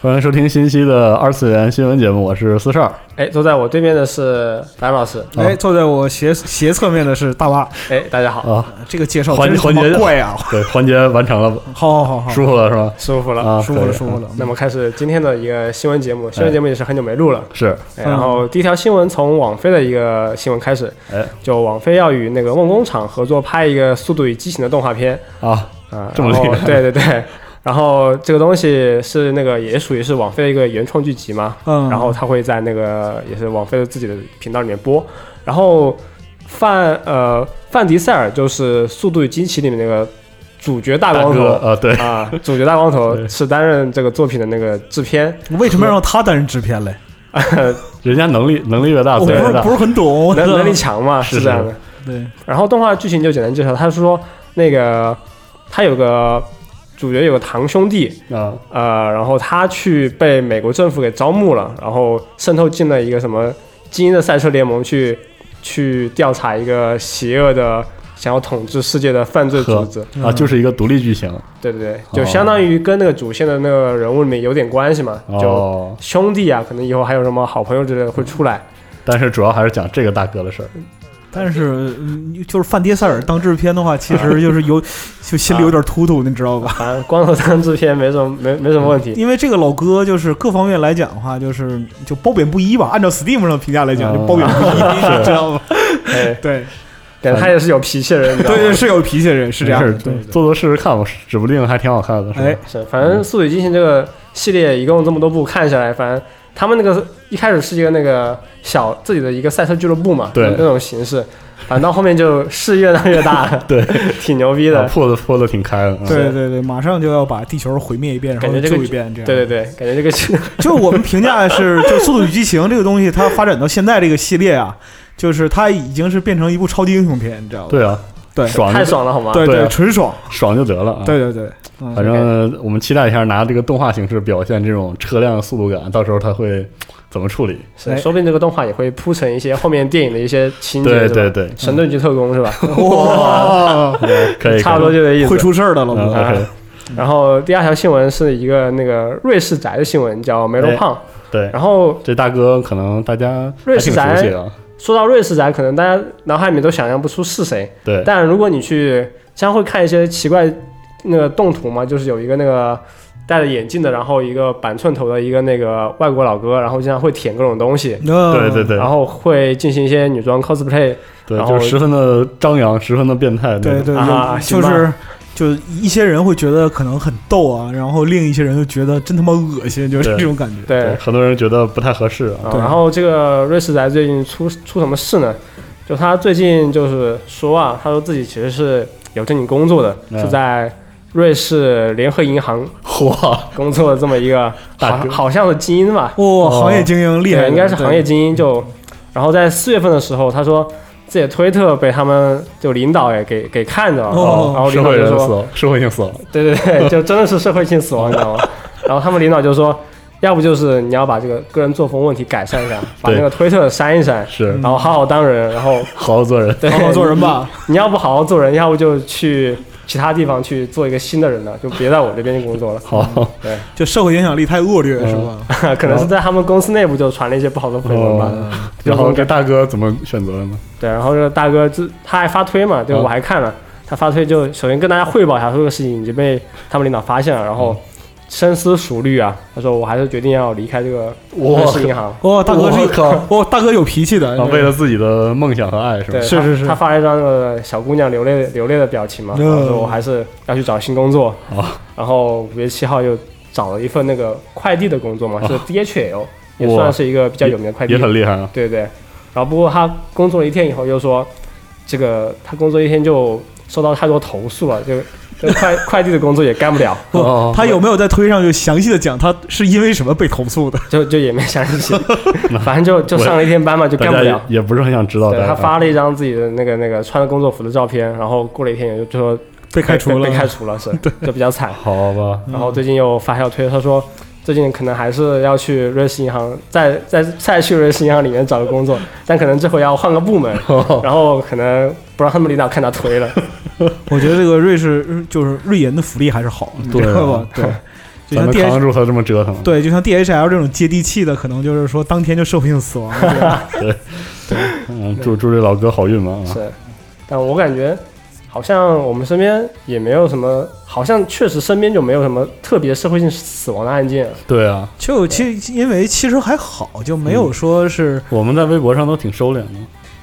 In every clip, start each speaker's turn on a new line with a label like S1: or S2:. S1: 欢迎收听新一期的二次元新闻节目，我是四十二。
S2: 哎，坐在我对面的是白老师。
S1: 啊
S3: 哎，坐在我斜斜侧面的是大妈，
S2: 哎，大家好，
S1: 啊，
S3: 这个介绍
S1: 环
S3: 真他妈
S1: 环节
S3: 怪啊！
S1: 对，环节完成了，
S3: 好好好 好，
S1: 舒服了是吧？
S2: 舒服了。
S1: 啊，哎
S3: 舒服
S1: 可
S3: 了，
S1: 以
S3: 舒服。了。
S2: 那么开始今天的一个新闻节目，新闻节目也是很久没录了。
S1: 是，
S2: 哎然后第一条新闻从网飞的一个新闻开始，
S1: 哎，
S2: 就网飞要与那个梦工厂合作拍一个《速度与激情》的动画片
S1: 啊，
S2: 啊，
S1: 这么
S2: 然后
S1: 厉害
S2: 对对对。然后这个东西是那个也属于是网飞的一个原创剧集嘛，
S3: 嗯，
S2: 然后他会在那个也是网飞的自己的频道里面播。然后范呃范迪塞尔就是《速度与激情》里面那个主角大
S1: 大
S2: 光
S1: 哥
S2: 头，
S1: 啊，对，
S2: 啊，主角大光头
S1: 对
S2: 是担任这个作品的那个制片，
S3: 为什么要让他担任制片嘞？
S1: 人家能力能力越大，
S3: 我不
S1: 责任
S3: 是
S1: 越大
S3: 不。是很懂，我
S2: 能
S3: 知道
S2: 能力强嘛，
S1: 是
S2: 是这样的。
S3: 对，
S2: 然后动画剧情就简单介绍，他说那个他有个主角有个堂兄弟，
S1: 啊，
S2: 呃，然后他去被美国政府给招募了，然后渗透进了一个什么精英的赛车联盟去去调查一个邪恶的想要统治世界的犯罪组织。
S1: 啊，
S3: 嗯
S1: 就是一个独立剧情。
S2: 对对对，就相当于跟那个主线的那个人物里面有点关系嘛，就
S1: 哦，
S2: 兄弟啊，可能以后还有什么好朋友之类的会出来。
S1: 但是主要还是讲这个大哥的事儿。
S3: 但是嗯就是范迪塞尔当制片的话，其实就是有就心里有点突突，你知道吧？
S2: 反正光头当制片没什么没没什么问题。
S3: 因为这个老哥就是各方面来讲的话，就是就褒贬不一吧。按照 Steam 上的评价来讲，
S1: 嗯
S3: 就褒贬不一，你知道吧？
S2: 哎，
S3: 对，
S2: 感觉他也是有脾气的人，你知道
S3: 对
S2: 吗
S3: 对，是有脾气的人，是这样
S1: 没
S3: 的。
S1: 事
S3: 对，
S1: 做做试试看吧，指不定还挺好看的。是吧
S3: 哎，
S2: 是，反正《速度与激情》这个系列一共这么多部看下来，反正他们那个一开始是一个那个小自己的一个赛车俱乐部嘛，
S1: 对
S2: 那种形式，反正到后面就事越闹越大 了，
S1: 对，
S2: 挺牛逼
S1: 啊
S2: 的。
S1: 破的破的挺开的。啊
S3: 对对对，马上就要把地球毁灭一遍，然
S2: 感
S3: 后
S2: 觉这个
S3: 救一遍，这样。
S2: 对对对，感觉这个是
S3: 就我们评价是，就《速度与激情》这个东西，它发展到现在这个系列啊，就是它已经是变成一部超级英雄片，你知道吧？
S1: 对啊，
S3: 对
S1: 爽
S2: 太
S1: 就
S2: 爽了，好吗？
S3: 对
S1: 对啊
S3: 纯爽，
S1: 爽就得了啊。
S3: 对对对，嗯
S1: 反正我们期待一下，拿这个动画形式表现这种车辆速度感，到时候他会怎么处理？
S2: 是，说不定这个动画也会铺成一些后面电影的一些情节，
S1: 对
S2: 是吧
S1: 对对，
S2: 神盾局特工是吧？
S1: 哇，可以，
S2: 差不多
S1: 就
S2: 就这意思。
S3: 会出事儿的了，
S1: 嗯
S3: 老哥。
S1: OK，
S2: 然后第二条新闻是一个那个瑞士宅的新闻，
S1: 哎
S2: 叫梅洛胖。
S1: 对。
S2: 然后
S1: 这大哥可能大家还
S2: 瑞
S1: 挺
S2: 士
S1: 熟
S2: 宅
S1: 悉啊，
S2: 说到瑞士宅，可能大家脑海里面都想象不出是谁，
S1: 对，
S2: 但如果你去将会看一些奇怪那个动图嘛，就是有一个那个戴着眼镜的，然后一个板寸头的一个那个外国老哥，然后经常会舔各种东西，
S1: 对
S3: 对
S1: 对对
S2: 然后会进行一些女装 cosplay，
S1: 对，
S2: 然
S1: 就
S2: 后
S1: 是十分的张扬，十分的变态那种，
S3: 对对，
S2: 啊
S3: 有就
S2: 行吧
S3: 是就一些人会觉得可能很逗啊，然后另一些人就觉得真他妈恶心，就是
S1: 对
S3: 这种感觉。
S2: 对。
S1: 对，很多人觉得不太合适啊，
S2: 啊
S3: 对
S2: 然后这个瑞士宅最近出出什么事呢？就他最近就是说啊，他说自己其实是有正经工作的，
S1: 嗯
S2: 是在瑞士联合银行
S1: 哇，
S2: 工作的这么一个
S1: 大
S2: 好
S1: 哥
S2: 好像是精英吧，
S3: 哇，行业精英厉害
S2: 对，
S3: 的，
S2: 应该是
S3: 对
S2: 行业精英就。然后在四月份的时候，他说自己的推特被他们就领导也给给看着了，
S3: 哦
S2: 然后
S1: 社
S2: 领导
S1: 会
S2: 就
S1: 人
S2: 说，
S1: 死，社会性死亡，
S2: 对对对，就真的是社会性死亡，你知道吗？然后他们领导就说，要不就是你要把这个个人作风问题改善一下，把
S1: 对
S2: 那个推特删一删，
S1: 是
S2: 然后好好当人，然后
S1: 好 好做人，
S2: 对
S3: 好好做人吧。
S2: 你要不好好做人，要不就去其他地方去做一个新的人了，就别在我这边工作了。
S1: 好，
S2: 对，
S3: 就社会影响力太恶劣，是
S1: 嗯
S3: 吧？
S2: 可能是在他们公司内部就传了一些不好的绯闻吧。
S1: 哦然后这大哥怎么选择的呢？
S2: 对，然后这个大哥自他还发推嘛，对
S1: 嗯
S2: 我还看了，他发推就首先跟大家汇报一下，说这个事情已经被他们领导发现了，
S1: 嗯
S2: 然后深思熟虑啊，他说我还是决定要离开这个
S1: 哇
S2: 瑞士银行。
S3: 哇，大哥
S1: 我
S3: 是
S1: 靠，
S3: 哇，大哥有脾气的
S1: 啊，，为了自己的梦想和爱是吧
S2: 对，？
S3: 是
S2: 他
S3: 是是
S2: 他发了一张那个小姑娘流泪流泪的表情嘛，
S3: 嗯
S2: 然后说我还是要去找新工作，
S1: 哦
S2: 然后五月七号又找了一份那个快递的工作嘛，是 DHL，也
S1: 啊哇
S2: 算是一个比较有名的快递
S1: 也很厉害啊，
S2: 对对。然后不过他工作了一天以后又说，这个他工作一天就收到太多投诉了，就就快 快递的工作也干不了，
S3: 不
S1: 哦
S3: 他有没有在推上就详细的讲他是因为什么被投诉的？
S2: 就就也没 详细，反正就就上了一天班嘛，就
S1: 大
S2: 干不
S1: 家也
S2: 了。
S1: 也不是很想知道
S2: 对
S1: 大
S2: 他
S1: 家
S2: 发了一张自己的那个那个穿着工作服的照片，然后过了一天也就就说
S3: 被开除了，
S2: 被被开除了 嗯是，就比较惨。
S1: 好吧，
S2: 然后最近又发条推，他说最近可能还是要去瑞士银行，再再再去瑞士银行里面找个工作，但可能这回要换个部 门，然后可能不让他们领导看他推了。
S3: 我觉得这个瑞士就是瑞银的福利还是好，你
S1: 对啊
S3: 知道吧？对，
S1: 咱
S3: 就像
S1: 们
S3: D
S1: 扛得
S3: H
S1: 住他这么折腾。
S3: 对，就像 D H L 这种接地气的，可能就是说当天就社会性死亡。对吧
S1: 嗯，祝祝这老哥好运吧啊！
S2: 是，但我感觉好像我们身边也没有什么，好像确实身边就没有什么特别社会性死亡的案件。
S1: 对啊，
S3: 就其实因为其实还好，就没有说是
S1: 我们在微博上都挺收敛的，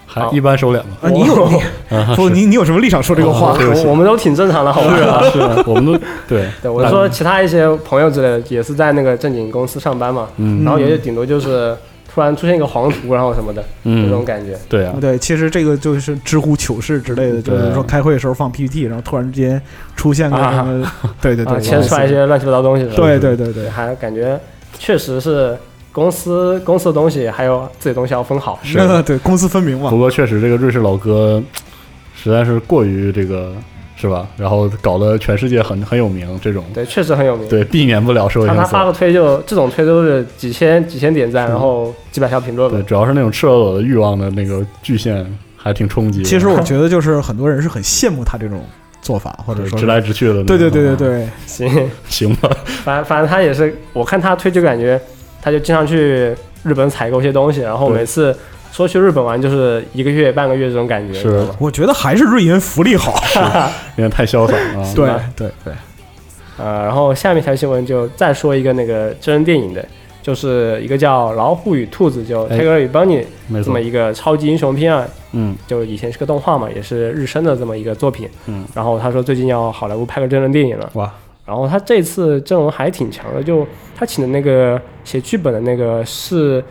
S1: 还
S2: 好
S1: 一般收敛吧。
S3: 啊，你 有你
S1: 啊
S3: 不你你有什么立场说这个话
S1: 啊？对不起
S2: 我我们都挺正常的，好吧？
S1: 是 啊，是啊，我们都对，
S2: 对，我
S1: 那
S2: 说其他一些朋友之类的，也是在那个正经公司上班嘛，
S1: 嗯
S2: 然后也就顶多就是突然出现一个黄图，然后什么的那种
S1: 嗯，
S2: 感觉。
S1: 对啊，
S3: 对，其实这个就是知乎糗事之类的，就
S1: 对
S3: 是说开会的时候放 PPT，然后突然之间出现个什么，对对
S2: 啊，
S3: 对，
S2: 切出来一些乱七八糟东西的。
S3: 对对对对，
S2: 还感觉确实是公司公司的东西，还有自己的东西要分好。
S1: 是
S3: 那对公私分明嘛
S1: 不，过确实这个瑞士老哥实在是过于这个是吧？然后搞得全世界很很有名，这种
S2: 对，确实很有名。
S1: 对避免不了社会
S2: 像
S1: 性
S2: 他
S1: 死
S2: 发
S1: 亡。
S2: 个推就这种推都是几千几千点
S1: 嗯
S2: 赞，然后几百条评论
S1: 对，
S2: 吧。
S1: 主要是那种赤裸裸的欲望的那个巨限，还挺冲击的。
S3: 其实我觉得就是很多人是很羡慕他这种做法，或者
S1: 对
S3: 说
S1: 直来直去的那种，
S3: 对对对对对，
S2: 行，
S1: 行吧，
S2: 反 反正他也是，我看他推就感觉他就经常去日本采购一些东西，然后
S1: 对
S2: 每次说去日本玩就是一个月半个月这种感觉，
S1: 是
S2: 你知道吗
S3: 我觉得还是瑞银福利好，
S1: 有点太潇洒了啊。
S3: 对
S2: 吧
S3: 对对，
S2: 呃，然后下面一条新闻就再说一个那个真人电影的，就是一个叫《老虎与兔子》，就《
S1: 哎
S2: Tiger 与 Bunny》
S1: 没
S2: 这
S1: 错
S2: 么，一个超级英雄片啊，
S1: 嗯，
S2: 就以前是个动画嘛，也是日升的这么一个作品。
S1: 嗯，
S2: 然后他说最近要好莱坞拍个真人电影了。
S1: 哇！
S2: 然后他这次阵容还挺强的，就他请的那个写剧本的那个是，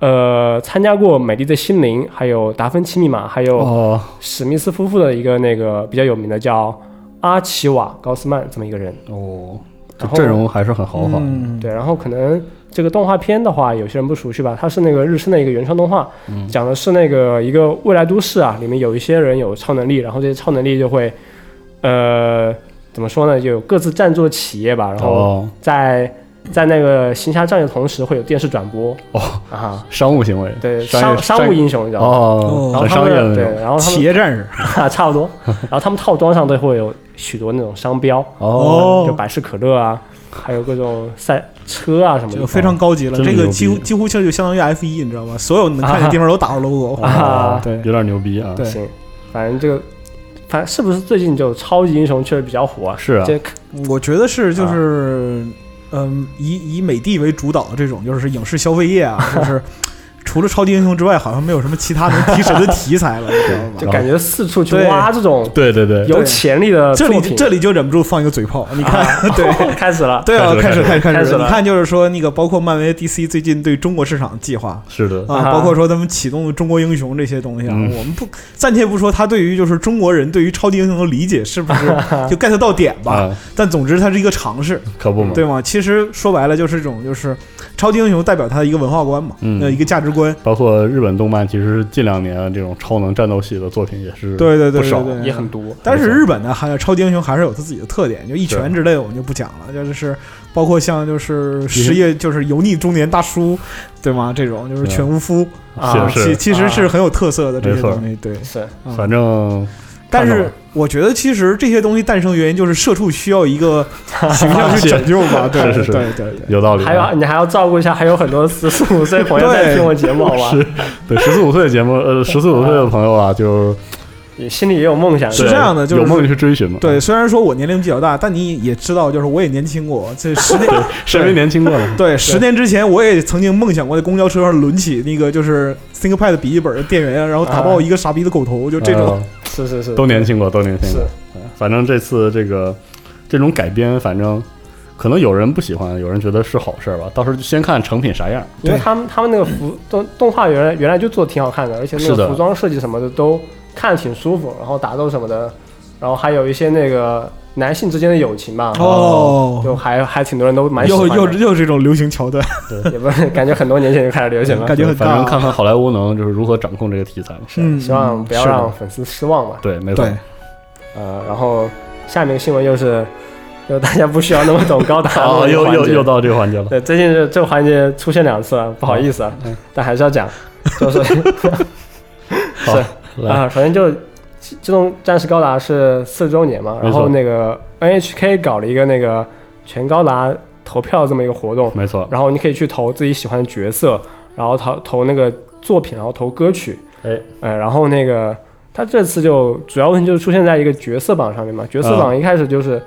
S2: 呃，参加过《美丽的心灵》，还有《达芬奇密码》，还有
S1: 哦，
S2: 史密斯夫妇的一个那个比较有名的叫阿奇瓦高斯曼这么一个人。
S1: 哦，这
S2: 然后
S1: 阵容还是很豪华。
S3: 嗯，
S2: 对，然后可能这个动画片的话，有些人不熟悉吧？它是那个日升的一个原创动画，讲的是那个一个未来都市啊，里面有一些人有超能力，然后这些超能力就会，呃，怎么说呢？就有各自赞助企业吧，然后
S1: 哦
S2: 在、在那个行侠仗义的同时，会有电视转播
S1: 哦，
S2: 啊，
S1: 商务行为，
S2: 对，
S1: 商业
S2: 商商务英雄，你知道吗？
S1: 哦，
S2: 然后
S1: 很
S2: 他
S1: 商业的
S2: 们
S1: 那
S2: 对
S1: 种。，
S2: 然后他
S3: 企
S2: 们
S3: 业战士，
S2: 差不 多，然后他们套装上都会有许多那种商标，
S1: 哦，
S3: 哦
S2: 就百事可乐啊，还有各种赛车啊什么
S3: 就
S2: 的。
S3: 非常高级了，
S1: 真
S3: 这
S1: 牛
S3: 个
S1: 逼
S3: 几乎几乎就就相当于 F 一，你知道吗？所有能看见地方都打上 logo，
S2: 啊
S3: 对
S1: 有点牛逼啊。
S3: 对
S2: 行，反正这个，反正是不是最近就超级英雄确实比较火啊？
S1: 是啊，
S2: 这
S3: 我觉得是就是，嗯，以以美的为主导的这种，就是影视消费业啊，就是除了超级英雄之外，好像没有什么其他能提神的题材了，你知道
S2: 就
S3: 吧？
S2: 感觉四处去挖这种
S1: 对对对，
S2: 有潜力的
S3: 这
S2: 呃作
S3: 里
S2: 品。
S3: 这里就忍不住放一个嘴炮，你看， 对。
S2: 对， 开始了。
S3: 对啊，
S1: 开
S3: 开
S1: 始
S3: 始
S1: 了
S3: 开
S2: 开
S3: 始
S2: 始了
S3: 开
S2: 开始了
S3: 你看就是说那个，包括漫威、DC 最近对中国市场的计划
S1: 是的，
S3: 啊，
S2: 啊
S3: 包括说他们启动中国英雄这些东西啊，
S1: 嗯
S3: 我们不暂且不说他对于就是中国人对于超级英雄的理解是不 是就 get 到点吧，
S1: 啊，
S3: 但总之它是一个尝试，
S1: 可不嘛。
S3: 对吗？其实说白了就是这种，就是超级英雄代表他的一个文化观嘛，
S1: 嗯
S3: 呃，一个价值观。
S1: 包括日本动漫，其实近两年这种超能战斗系的作品也是
S3: 对对对
S1: 不少
S3: 对对，对
S2: 也很。毒，
S3: 但是
S1: 没错
S3: 日本呢，还有超级英雄还是有他自己的特点，就一拳之类的我们就不讲了，就是包括像就是失业就是油腻中年大叔，对吗？这种就是全无夫啊，
S1: 是
S3: 其
S1: 是，
S3: 其实是很有特色的这
S1: 没
S3: 些
S1: 错
S3: 东西，对。
S2: 是
S3: 嗯
S1: 反正
S3: 但
S1: 看到
S3: 是
S1: 了
S3: 我觉得其实这些东西诞生原因就是社畜需要一个 形象去拯救嘛，对
S1: 是是是
S3: 对对对。
S1: 有道理啊。
S2: 还有你还要照顾一下，还有很多四十五岁朋友在听我节目，好 吧？
S1: 是，对十四五岁的节目，呃，十四五岁的朋友啊，就
S2: 也心里也有梦想，
S3: 是
S1: 对
S3: 这样的就是
S1: 有梦就去追寻嘛。
S3: 对，，虽然说我年龄比较大，但你也知道，就是我也年轻过，这十 年，
S1: 稍微年轻过了。
S3: 对，十年之前我也曾经梦想过在公交车上抡起那个就是 ThinkPad 的笔记本的店员，然后打爆一个傻逼的狗头，就这种。
S1: 啊
S2: 是是是，
S1: 都年轻过，都年轻过
S2: 是。
S1: 反正这次这个这种改编，反正可能有人不喜欢，有人觉得是好事儿吧。到时候就先看成品啥样。
S2: 因为他们他们那个服动动画原来原来就做的挺好看的，而且那
S1: 是的
S2: 个服装设计什么的都看着挺舒服，然后打斗什么的，然后还有一些那个男性之间的友情吧，就
S3: 哦，
S2: 还还挺多人都蛮喜
S3: 又
S2: 欢
S3: 又
S2: 的，
S3: 又是这种流行桥段，
S2: 也不是感觉很多年前就开始流 行了
S3: 感，觉很
S1: 反正
S3: 大。
S1: 看看好莱坞能就是如何掌控这个题材嘛。
S3: 嗯，
S2: 希望不要
S1: 是的
S2: 让粉丝失望吧。
S1: 对，没错
S3: 对。，
S2: 呃，然后下面一个新闻又是，就大家不需要那么懂 高达
S1: 啊，
S2: 的
S1: 又
S2: 环
S1: 又
S2: 节
S1: 又到这个环 节了。嗯
S2: 对，最近这这个环节出现两次，啊，不好意思啊，但还是要讲，就是
S1: 好，来，
S2: 啊，首先就《机机动战士高达》是四周年嘛，
S1: 没
S2: 然
S1: 错
S2: 后那个 NHK 搞了一个那个全高达投票这么一个活动，
S1: 没错，
S2: 然后你可以去投自己喜欢的角色，然后投投那个作品，然后投歌曲，
S1: 哎，
S2: 呃，然后那个他这次就主要问题就是出现在一个角色榜上面嘛，角色
S1: 嗯
S2: 榜一开始就是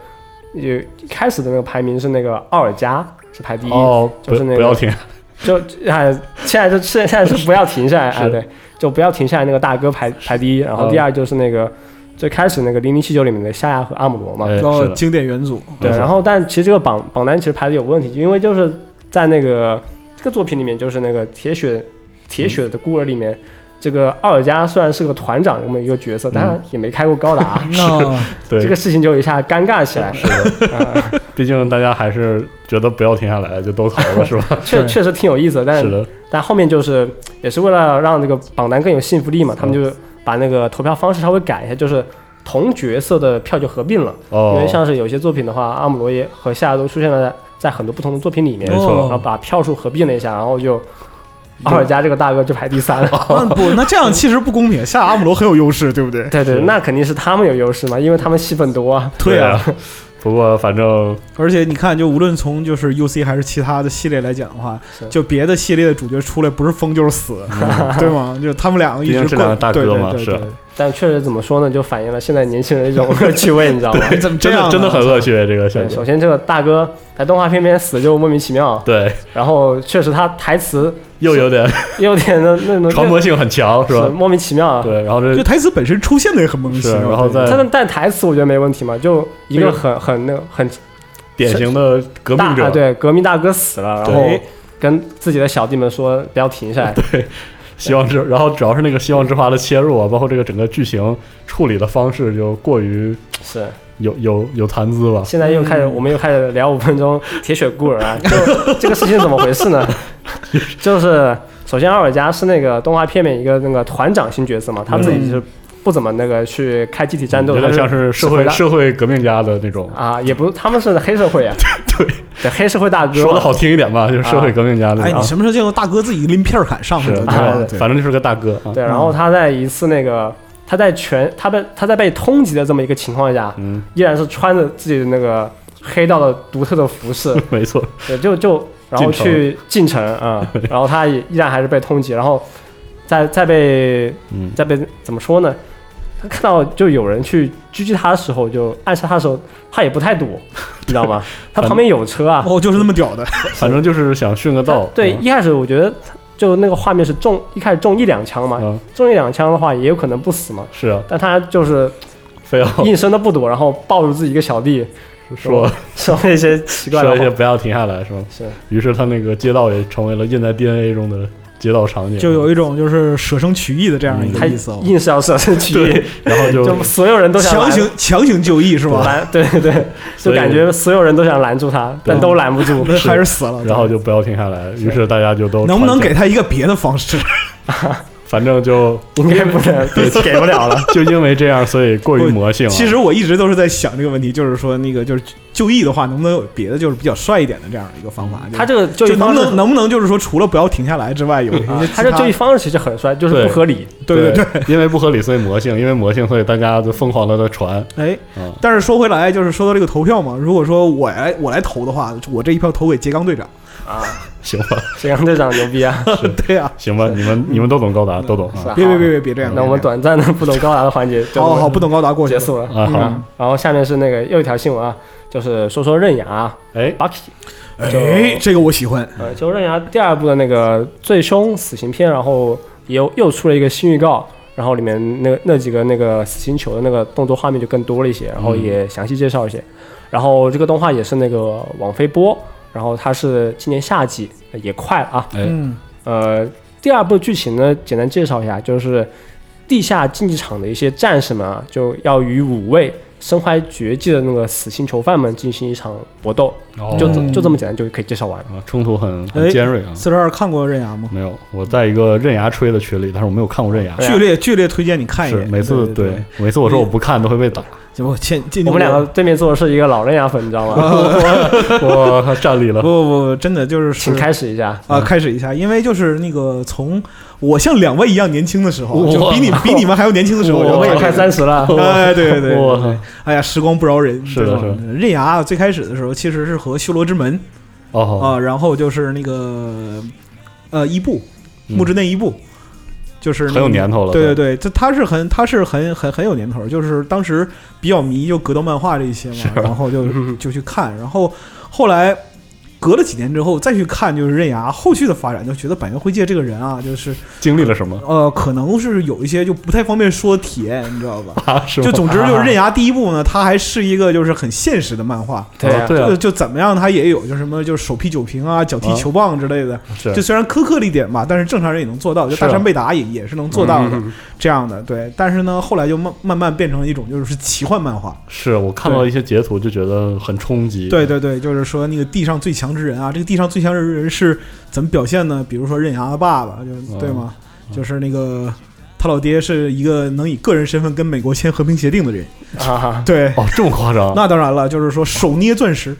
S2: 也一开始的那个排名是那个奥尔加是排第一，
S1: 哦，
S2: 就是那
S1: 不
S2: 个
S1: 不要停，
S2: 就哎，现在就现在是不要停下来，
S1: 是嗯
S2: 哎，对，就不要停下来。那个大哥排排第一，然后第二就是那个最开始那个零零七九里面的夏亚和阿姆罗嘛，
S1: 哎
S3: 然后
S1: 是的
S3: 经典元祖，
S2: 对。
S1: 没错
S2: 然后但其实这个榜榜单其实排的有问题，因为就是在那个这个作品里面，就是那个铁血铁血的孤儿里面。这个奥尔加虽然是个团长这么一个角色，但是也没开过高达，啊
S3: 那
S1: 对
S2: 这个事情就一下尴尬起来。啊是的，
S1: 毕竟大家还是觉得不要停下来，就都投了是 吧？
S2: 确确实挺有意思，但
S1: 是的，
S2: 但后面就是也是为了让这个榜单更有信服力嘛，他们就把那个投票方式稍微改一下，就是同角色的票就合并了，因
S1: 哦
S2: 为，像是有些作品的话，阿姆罗耶和夏亚都出现了在在很多不同的作品里面，
S1: 没错
S2: 然后把票数合并了一下，然后就奥尔加这个大哥就排第三了。
S1: 哦
S3: 那不那这样其实不公平，夏阿姆罗很有优势，对不对？
S2: 对对
S1: 是，
S2: 那肯定是他们有优势嘛，因为他们戏份多啊。
S1: 对啊，不过反正
S3: 而且你看，就无论从就是 UC 还是其他的系列来讲的话
S2: 是，
S3: 就别的系列的主角出来不是疯就是死， 对吗？就他们两个一
S1: 嗯毕竟
S3: 直
S1: 这两个
S3: 惯
S1: 大哥嘛，
S3: 对对对
S1: 是
S3: 对
S2: 但确实怎么说呢，就反映了现在年轻人一种恶趣味，你知道 吗？
S3: 哎怎么这
S1: 真
S3: 样啊
S1: 的
S3: 呢？
S1: 真的很恶趣啊味这个
S2: 对，
S1: 选
S2: 首
S1: 择，
S2: 先这个大哥在动画片里面死就莫名其妙，
S1: 对，
S2: 然后确实他台词
S1: 又有点
S2: 有点的那种
S1: 传播性很强是吧？
S2: 莫名其妙啊。
S1: 对，然后
S3: 就
S1: 这
S3: 台词本身出现的也很莫名其
S1: 是
S3: 妙，
S1: 然后再
S2: 他的但台词我觉得没问题嘛，就一个很很那个很
S1: 典型的革
S2: 大
S1: 命者
S2: 啊，对革命大哥死了，然后
S1: 对
S2: 跟自己的小弟们说不要停下来，
S1: 希望之，然后主要是那个希望之花的切入啊，包括这个整个剧情处理的方式就过于
S2: 是
S1: 有有有谈资吧。
S2: 现在又开始、
S3: 嗯
S2: 我们又开始聊五分钟铁血孤儿啊，就这个事情怎么回事呢？就是首先奥尔加是那个动画片里面一个那个团长型角色嘛，他自己是不怎么那个去开集体战斗，
S1: 有
S2: 他
S1: 点
S2: 是
S1: 像是社
S2: 指挥
S1: 会
S2: 大
S1: 社会革命家的那种，
S2: 啊，也不他们是黑社会啊，
S1: 对，
S2: 对黑社会大哥嘛，
S1: 说的好听一点吧，就是社会革命家的那
S3: 哎，你
S1: 种。
S3: 什么时候见过大哥自己拎片儿砍上去
S1: 是，
S3: 的？
S2: 啊
S3: 吧
S1: 对，反正就是个大哥啊。
S2: 对，然后他在一次那个他在全他被他在被通缉的这么一个情况下，
S1: 嗯，
S2: 依然是穿着自己的那个黑道的独特的 服饰，
S1: 没错，
S2: 对，就就然后去进城 啊、嗯然后他也依然还是被通缉，然后再再被
S1: 嗯，
S2: 再被怎么说呢？他看到就有人去狙击他的时候，就暗杀他的时候，他也不太躲，你知道 吗？他旁边有车啊，
S3: 哦，就是那么屌的，
S1: 反正就是想训个道。
S2: 对，
S1: 嗯
S2: 一开始我觉得他就那个画面是中一开始中一两枪嘛，
S1: 嗯，
S2: 中一两枪的话也有可能不死嘛，
S1: 是啊，
S2: 但他就是
S1: 非
S3: 哦
S1: 要
S2: 硬生的不躲，然后抱住自己一个小弟，
S1: 说
S2: 说那些哦奇怪哦
S1: 说一些
S2: 的话。
S1: 不要停下来，是吧？
S2: 是，
S1: 于是他那个街道也成为了印在 DNA 中的街道场景，
S3: 就有一种就是舍生取义的这样一
S2: 嗯他
S3: 个意思哦。
S2: 硬是要设身处地，
S1: 然后
S2: 就所有人都想
S3: 强
S2: 拦
S3: 行强行就义是吧？
S2: 拦，对对对，
S1: 所
S2: 就
S1: 以
S2: 感觉所有人都想拦住他，但都拦不住。
S3: 那还是死了。
S1: 然后就不要停下来，于是大家就都
S3: 能不能
S1: 团结
S3: 给他一个别的 方式？
S1: 反正就
S2: 应该不能，
S1: 对，给不了了。就因为这样，所以过于魔性了。
S3: 其实我一直都是在想这个问题，就是说那个就是就义的话，能不能有别的就是比较帅一点的这样的一个方法？
S2: 嗯他这个就
S3: 就
S2: 义
S3: 就能
S2: 方
S3: 不
S2: 式，
S3: 能能不能就是说除了不要停下来之外，有一
S2: 啊
S3: 些
S2: 他这
S3: 其
S2: 就义方式其实很帅，就是不合理。
S3: 对对对，
S1: 对，因为不合理，所以魔性；因为魔性，所以大家就疯狂的在传。
S3: 哎
S1: 嗯，
S3: 但是说回来，就是说到这个投票嘛，如果说我来我来投的话，我这一票投给杰刚队长，
S2: 啊，
S1: 行吧，
S2: 沈阳队长牛逼啊！
S3: 对呀、
S1: 行吧，你们你们都懂高达，都懂
S2: 是
S1: 啊
S2: 吧
S3: 别别别别别这样，
S2: 那我们
S3: 别
S2: 短暂的不懂高达的环节
S3: 这
S2: 就
S3: 样好好好不懂高达过去
S2: 结
S3: 了，
S2: 束了。
S1: 啊！好，
S3: 嗯
S2: 然后下面是那个又一条新闻啊，就是说说刃牙啊
S1: 哎，
S2: Bucky，
S3: 哎，这个我喜欢，
S2: 呃，就刃牙第二部的那个最凶死刑篇，然后又又出了一个新预告，然后里面那那几个那个死刑球的那个动作画面就更多了一些，然后也详细介绍一些。然后这个动画也是那个网飞播，然后它是今年夏季，呃也快了啊。
S1: 哎
S3: 嗯，
S2: 呃，第二部剧情呢，简单介绍一下，就是地下竞技场的一些战士们啊，就要与五位身怀绝技的那个死刑囚犯们进行一场搏斗，
S1: 哦
S2: 就
S3: 这
S2: 就这么简单就可以介绍完。
S1: 啊，冲突很
S3: 哎
S1: 很尖锐啊。
S3: 四十二看过刃牙吗？
S1: 没有，我在一个刃牙吹的群里，但是我没有看过刃牙。
S2: 对啊
S3: 剧烈剧烈推荐你 看一
S1: 是
S3: 眼，
S1: 每次
S3: 对，
S1: 每次我说我不看都会被 打，
S3: 对我前今
S2: 我们两个对面坐的是一个老刃牙粉，你知道吗？
S1: 我靠站立
S3: 不
S1: 了。
S3: 不不，真的就是
S2: 请开始一下。
S3: 啊，开始一下，因为就是那个从我像两位一样年轻的时候，
S1: 哇
S3: 就比你比你们还要年轻的时 候，
S1: 哇
S3: 就
S2: 我们也
S3: 看
S2: 快三十了，
S3: 哎，对对对对
S1: 哇
S3: 对，哎呀，时光不饶人，
S1: 是的
S3: 对吧
S1: 是
S3: 刃牙最开始的时候其实是和修罗之门
S1: 哦，
S3: 啊，然后就是那个呃伊布，
S1: 嗯
S3: 木之内伊布，就是那
S1: 很有
S3: 个
S1: 年头了
S3: 对对
S1: 对
S3: 对，这他是很他是很很很有年头儿，就是当时比较迷就格斗漫画这一些嘛，然后就
S2: 嗯
S3: 就去看，然后后来隔了几年之后再去看就是刃牙后续的发展，就觉得板垣惠介这个人啊，就是
S1: 经历了什么
S3: 呃可能是有一些就不太方便说的体验，你知道吧？
S1: 啊？是吗
S3: 就总之就是刃牙第一部呢，它还是一个就是很现实的漫画。
S2: 对
S1: 啊
S2: 啊
S1: 对啊
S3: 就，就怎么样，它也有，就是什么，就是手劈酒瓶啊，脚踢
S1: 啊
S3: 球棒之类的。
S1: 是
S3: 就虽然苛刻了一点吧，但是正常人也能做到，就是
S1: 啊
S3: 大山贝达也也是能 做到的
S2: 嗯
S3: 这样的。对，但是呢，后来就慢慢慢变成一种就是奇幻漫画。
S1: 是我看到一些截图就觉得很冲击，
S3: 对对对，就是说那个地上最强之人啊，这个地上最强之人是怎么表现呢？比如说刃牙的爸爸，就对
S1: 哦
S3: 吗？就是那个他老爹是一个能以个人身份跟美国签和平协定的人。
S2: 啊，
S3: 对，
S1: 哦，这么夸张？
S3: 那当然了，就是说手捏钻石，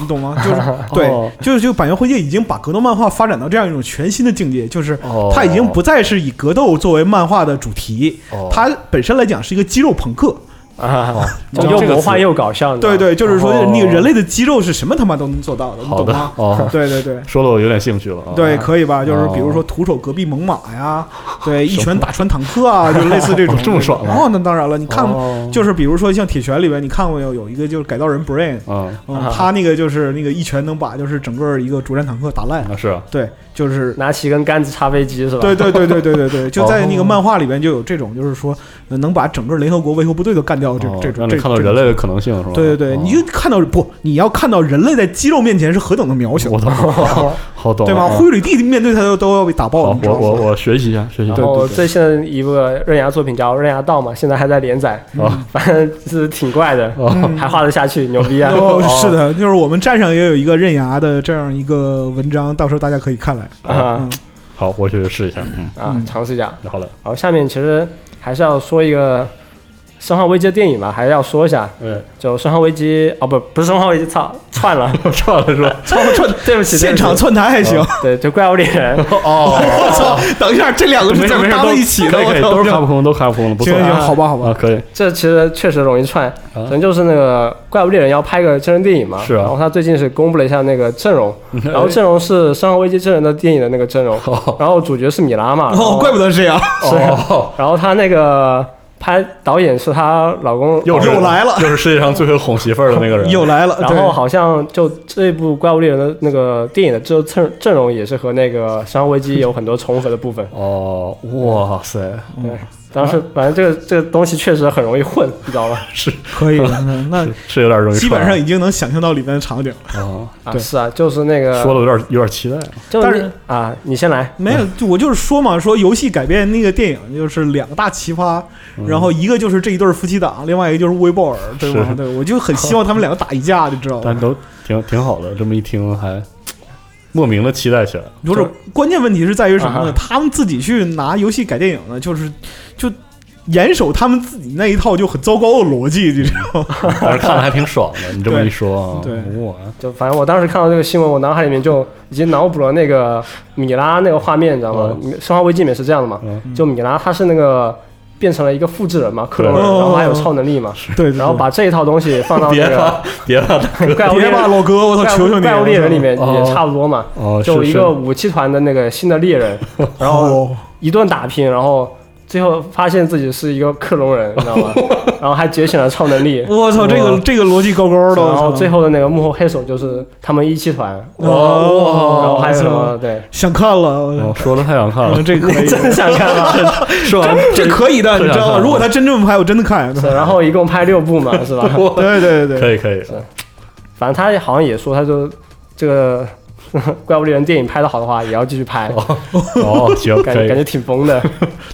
S3: 你懂吗？就是对，
S1: 哦
S3: 就是就板垣惠介已经把格斗漫画发展到这样一种全新的境界，就是
S1: 哦
S3: 它已经不再是以格斗作为漫画的主题，
S1: 哦
S3: 它本身来讲是一个肌肉朋克。
S2: 啊，
S1: 哦
S2: 又
S1: 这个
S2: 魔幻
S1: 词
S2: 又搞笑，你知道
S3: 对
S2: 吗
S3: 对，就是说
S1: 哦
S3: 那个人类的肌肉是什么他妈都能做到的，你
S1: 好
S3: 懂
S1: 的
S3: 吗？
S1: 哦，
S3: 对对对。
S1: 说的我有点兴趣了啊。
S3: 对，可以吧？就是比如说
S1: 哦
S3: 徒手隔壁猛犸呀，
S1: 。
S3: 对，一拳打穿坦克啊，就类似这种
S1: 这么爽啊
S3: 哦，那当然了，你看，
S1: 哦
S3: 就是比如说像铁拳里边，你看过没有？有一个就是改造人 Brain，
S1: 嗯，
S3: 嗯，他那个就是那个一拳能把就是整个一个主战坦克打烂，
S1: 那是啊
S3: 对，就是。
S2: 拿起一根杆子擦飞机是吧？
S3: 对对对对对对 对，就在那
S1: 哦
S3: 个漫画里边就有这种，就是说呃能把整个联合国维和部队都干掉，这
S1: 哦
S3: 这种
S1: 让你
S3: 这
S1: 看到
S3: 这
S1: 人类的可能性是吧？
S3: 对对对，
S1: 哦
S3: 你就看到不，你要看到人类在肌肉面前是何等的渺小，
S1: 我 懂，
S2: 哦
S1: 好懂，
S3: 对吗？
S1: 嗯
S3: 灰里地面对他都都要被打
S1: 好
S3: 爆，你知
S1: 啊我
S3: 道
S1: 我
S3: 吗？
S1: 我学习一下，学习一
S2: 然
S1: 下。
S2: 后最新的一部刃牙作品叫《刃牙道》嘛，现在还在连载，
S3: 哦
S1: 啊，
S2: 反正就是挺怪的，
S3: 嗯
S2: 还画得下去，牛逼啊！
S3: 哦，是的，就是我们站上也有一个刃牙的这样一个文章，到时候大家可以 看来。
S2: 啊
S1: 好，我去试一下。嗯，
S2: 啊，尝试一下。
S1: 好了，
S2: 好，下面其实还是要说一个《生化危机》的电影嘛，还是要说一下，
S1: 嗯，
S2: 就《生化危机》哦，不，不是《生化危机》，操，串了，
S1: 串了是 吧？
S2: 串串，对不起，
S3: 现场
S2: 对
S3: 窜台还行，
S1: 啊
S2: 不起对，就怪物猎人，
S1: 哦，
S3: 我操！等一下，这两个
S1: 没
S3: 是
S1: 事
S3: 怎
S1: 没事，
S3: 么搭
S1: 都
S3: 到一起的？
S1: 可以可以
S3: 我操
S1: 都是卡普空，都卡普空的，不错
S3: 行行行，好吧好吧
S1: 啊，，可以。
S2: 这其实确实容易串。反正就是那个怪物猎人要拍个真人电影嘛，
S1: 啊是啊嗯哎
S2: 然后他最近是公布了一下那个阵容，然后阵容是《生化危机》真人的电影的那个阵容，然后主角是米拉嘛，
S1: 啊
S2: 然
S3: 哦
S2: 后，
S3: 怪不得是这样，
S1: 哦，
S2: 然后他那个拍导演是她老公
S1: 又是
S3: 又来了
S1: 又是世界上最会哄媳妇儿的那个人。
S3: 又来了。
S2: 然
S3: 对
S2: 后好像就这部《怪物猎人》的那个电影的阵阵阵容也是和那个《生化危机》有很多重合的部分。
S1: 哦，哇塞，
S2: 对，
S3: 嗯
S2: 当
S3: 啊
S2: 时反正这个这个东西确实很容易混，你知道吗？
S3: 可以了，那那
S1: 是有点容易
S3: 基
S1: 串
S3: 本
S1: 啊。
S3: 上已经能想象到里面的场景。
S1: 啊，
S2: 啊，
S3: 对
S2: 是啊，就是那个，
S1: 说的有点有点期待啊。
S2: 就
S3: 但
S2: 你
S3: 是
S2: 啊，你先来，
S3: 没有，就我就是说嘛，说游戏改编那个电影就是两个大奇葩，
S1: 嗯
S3: 然后一个就是这一对儿夫妻档，另外一个就是威鲍尔，对吗
S1: 是？
S3: 对，我就很希望他们两个打一架，你知道吗
S1: 但？都挺挺好的，这么一听还莫名的期待起来。
S3: 不是，关键问题是在于什么
S2: 啊
S3: 呢？他们自己去拿游戏改电影呢，就是就严守他们自己那一套就很糟糕的逻辑，你知 道吗？
S1: 但是看了还挺爽的，你这么
S3: 对
S1: 一说啊，
S3: 对
S1: 哇，
S2: 就反正我当时看到这个新闻，我脑海里面就已经脑补了那个米拉那个画面，你知道吗？
S3: 嗯
S2: 生化危机》里面是这样的嘛，
S1: 嗯
S2: 就米拉她是那个变成了一个复制人嘛，克隆人，
S3: 对
S2: 然后还有超能力嘛，
S3: 对，对
S2: 然后把这一套东西放到
S1: 别
S2: 那个
S1: 吧， 别吧，
S2: 怪物猎
S3: 别
S2: 人
S3: 吧，老哥，我操，
S2: 怪物
S3: 求求你！
S2: 怪物猎人里面
S1: 哦
S2: 也差不多嘛，
S1: 哦，
S2: 就是一
S1: 是
S2: 个武器团的那个新的猎人，然后
S3: 哦，
S2: 一顿打拼，然后最后发现自己是一个克隆人，你知道吗？然后还觉醒了超能力。
S3: 我操，这个这个逻辑高高的，
S2: 然后
S3: 我操
S2: 最后的那个幕后黑手就是他们一七团，然
S3: 哦
S2: 后还有什么？对，
S3: 想看了，我
S1: 哦
S3: 操
S1: 说的太想看了
S3: 嗯，这可以，
S2: 真想看 吗？
S1: 说完
S3: 这可 以的，
S1: 这
S3: 你知道
S1: 这
S3: 吗？如果他真这么拍，我真的看。
S2: 是然后一共拍六部嘛，是吧？
S3: 对对对对，
S1: 可以 可以，
S2: 反正他好像也说，他就这个 怪物猎人电影拍的好的话，也要继续拍，
S1: 哦，行，
S2: 感
S1: 可
S2: 觉感
S1: 以，
S2: 觉挺疯的。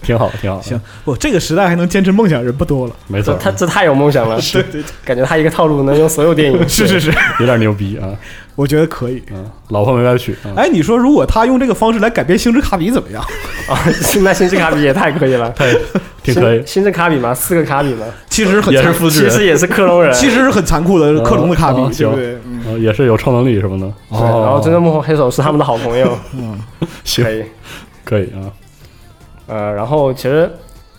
S1: 挺好挺好，
S3: 行，不，这个时代还能坚持梦想人不多了。
S1: 没
S2: 这
S1: 错，
S2: 他这太有梦想了，
S3: 对对，对
S2: 感觉他一个套路能用所有电影。
S3: 是是是，
S1: 有点牛逼啊，
S3: 我觉得可以。
S1: 嗯，老婆没白娶，嗯
S3: 哎，你说如果他用这个方式来改变星之卡比怎么样？
S2: 啊，那星之卡比也太可以了，
S1: 太挺可以
S2: 星，星之卡比嘛，四个卡比 嘛，
S3: 其实很
S1: 也
S3: 残
S1: 是复制
S2: 其
S1: 人
S2: 实，也是克隆 人。
S3: 其实是很残酷的，克隆的卡比
S1: 哦，
S3: 对
S1: 行
S3: 不对？嗯
S1: 呃也是有超能力什么的，
S2: 对，然后
S1: 哦
S2: 真正幕后黑手是他们的好朋友，
S1: 行
S2: 可以。
S1: 可以啊，
S2: 呃，然后其实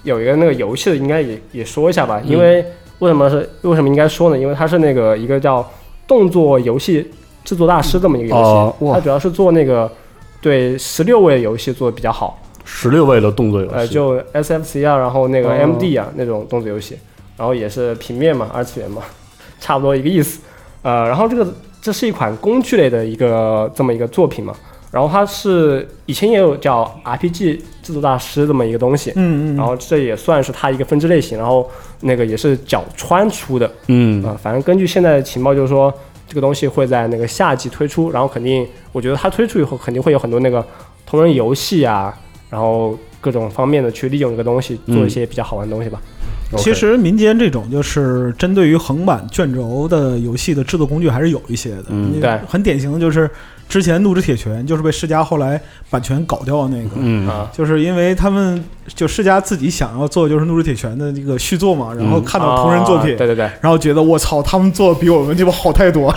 S2: 有一个那个游戏的，应该也也说一下
S1: 嗯
S2: 吧，因为为什么是为什么应该说呢？因为它是那个一个叫动作游戏。制作大师这么一个游
S1: 哦
S2: 戏，
S1: 哇
S2: 它主要是做那个对十六位游戏做的比较好，
S1: 十六位的动作游戏，
S2: 呃，就 SFC 啊，然后那个
S1: 哦
S2: MD 啊、那种动作游戏，然后也是平面嘛，二次元嘛， 差不多一个意思。呃，然后这个这是一款工具类的一个这么一个作品嘛，然后它是以前也有叫 RPG 制作大师这么一个东西，
S3: 嗯嗯
S2: 然后这也算是它一个分支类型，然后那个也是角川出的，
S1: 嗯
S2: 啊，反正根据现在的情报，就是说这个东西会在那个夏季推出，然后肯定，我觉得它推出以后肯定会有很多那个同人游戏啊，然后各种方面的去利用这个东西做一些比较好玩的东西吧。
S1: OK
S3: 其实民间这种就是针对于横版卷轴的游戏的制作工具还是有一些的，
S1: 嗯
S3: 你
S2: 对
S3: 很典型的就是之前《怒之铁拳》就是被世嘉后来版权搞掉的那个，
S1: 嗯
S2: 啊，
S3: 就是因为他们就世嘉自己想要做就是《怒之铁拳》的这个续作嘛，然后
S1: 嗯
S3: 看到同人作品
S2: 啊，对对对，
S3: 然后觉得我操，他们做的比我们这不好太多，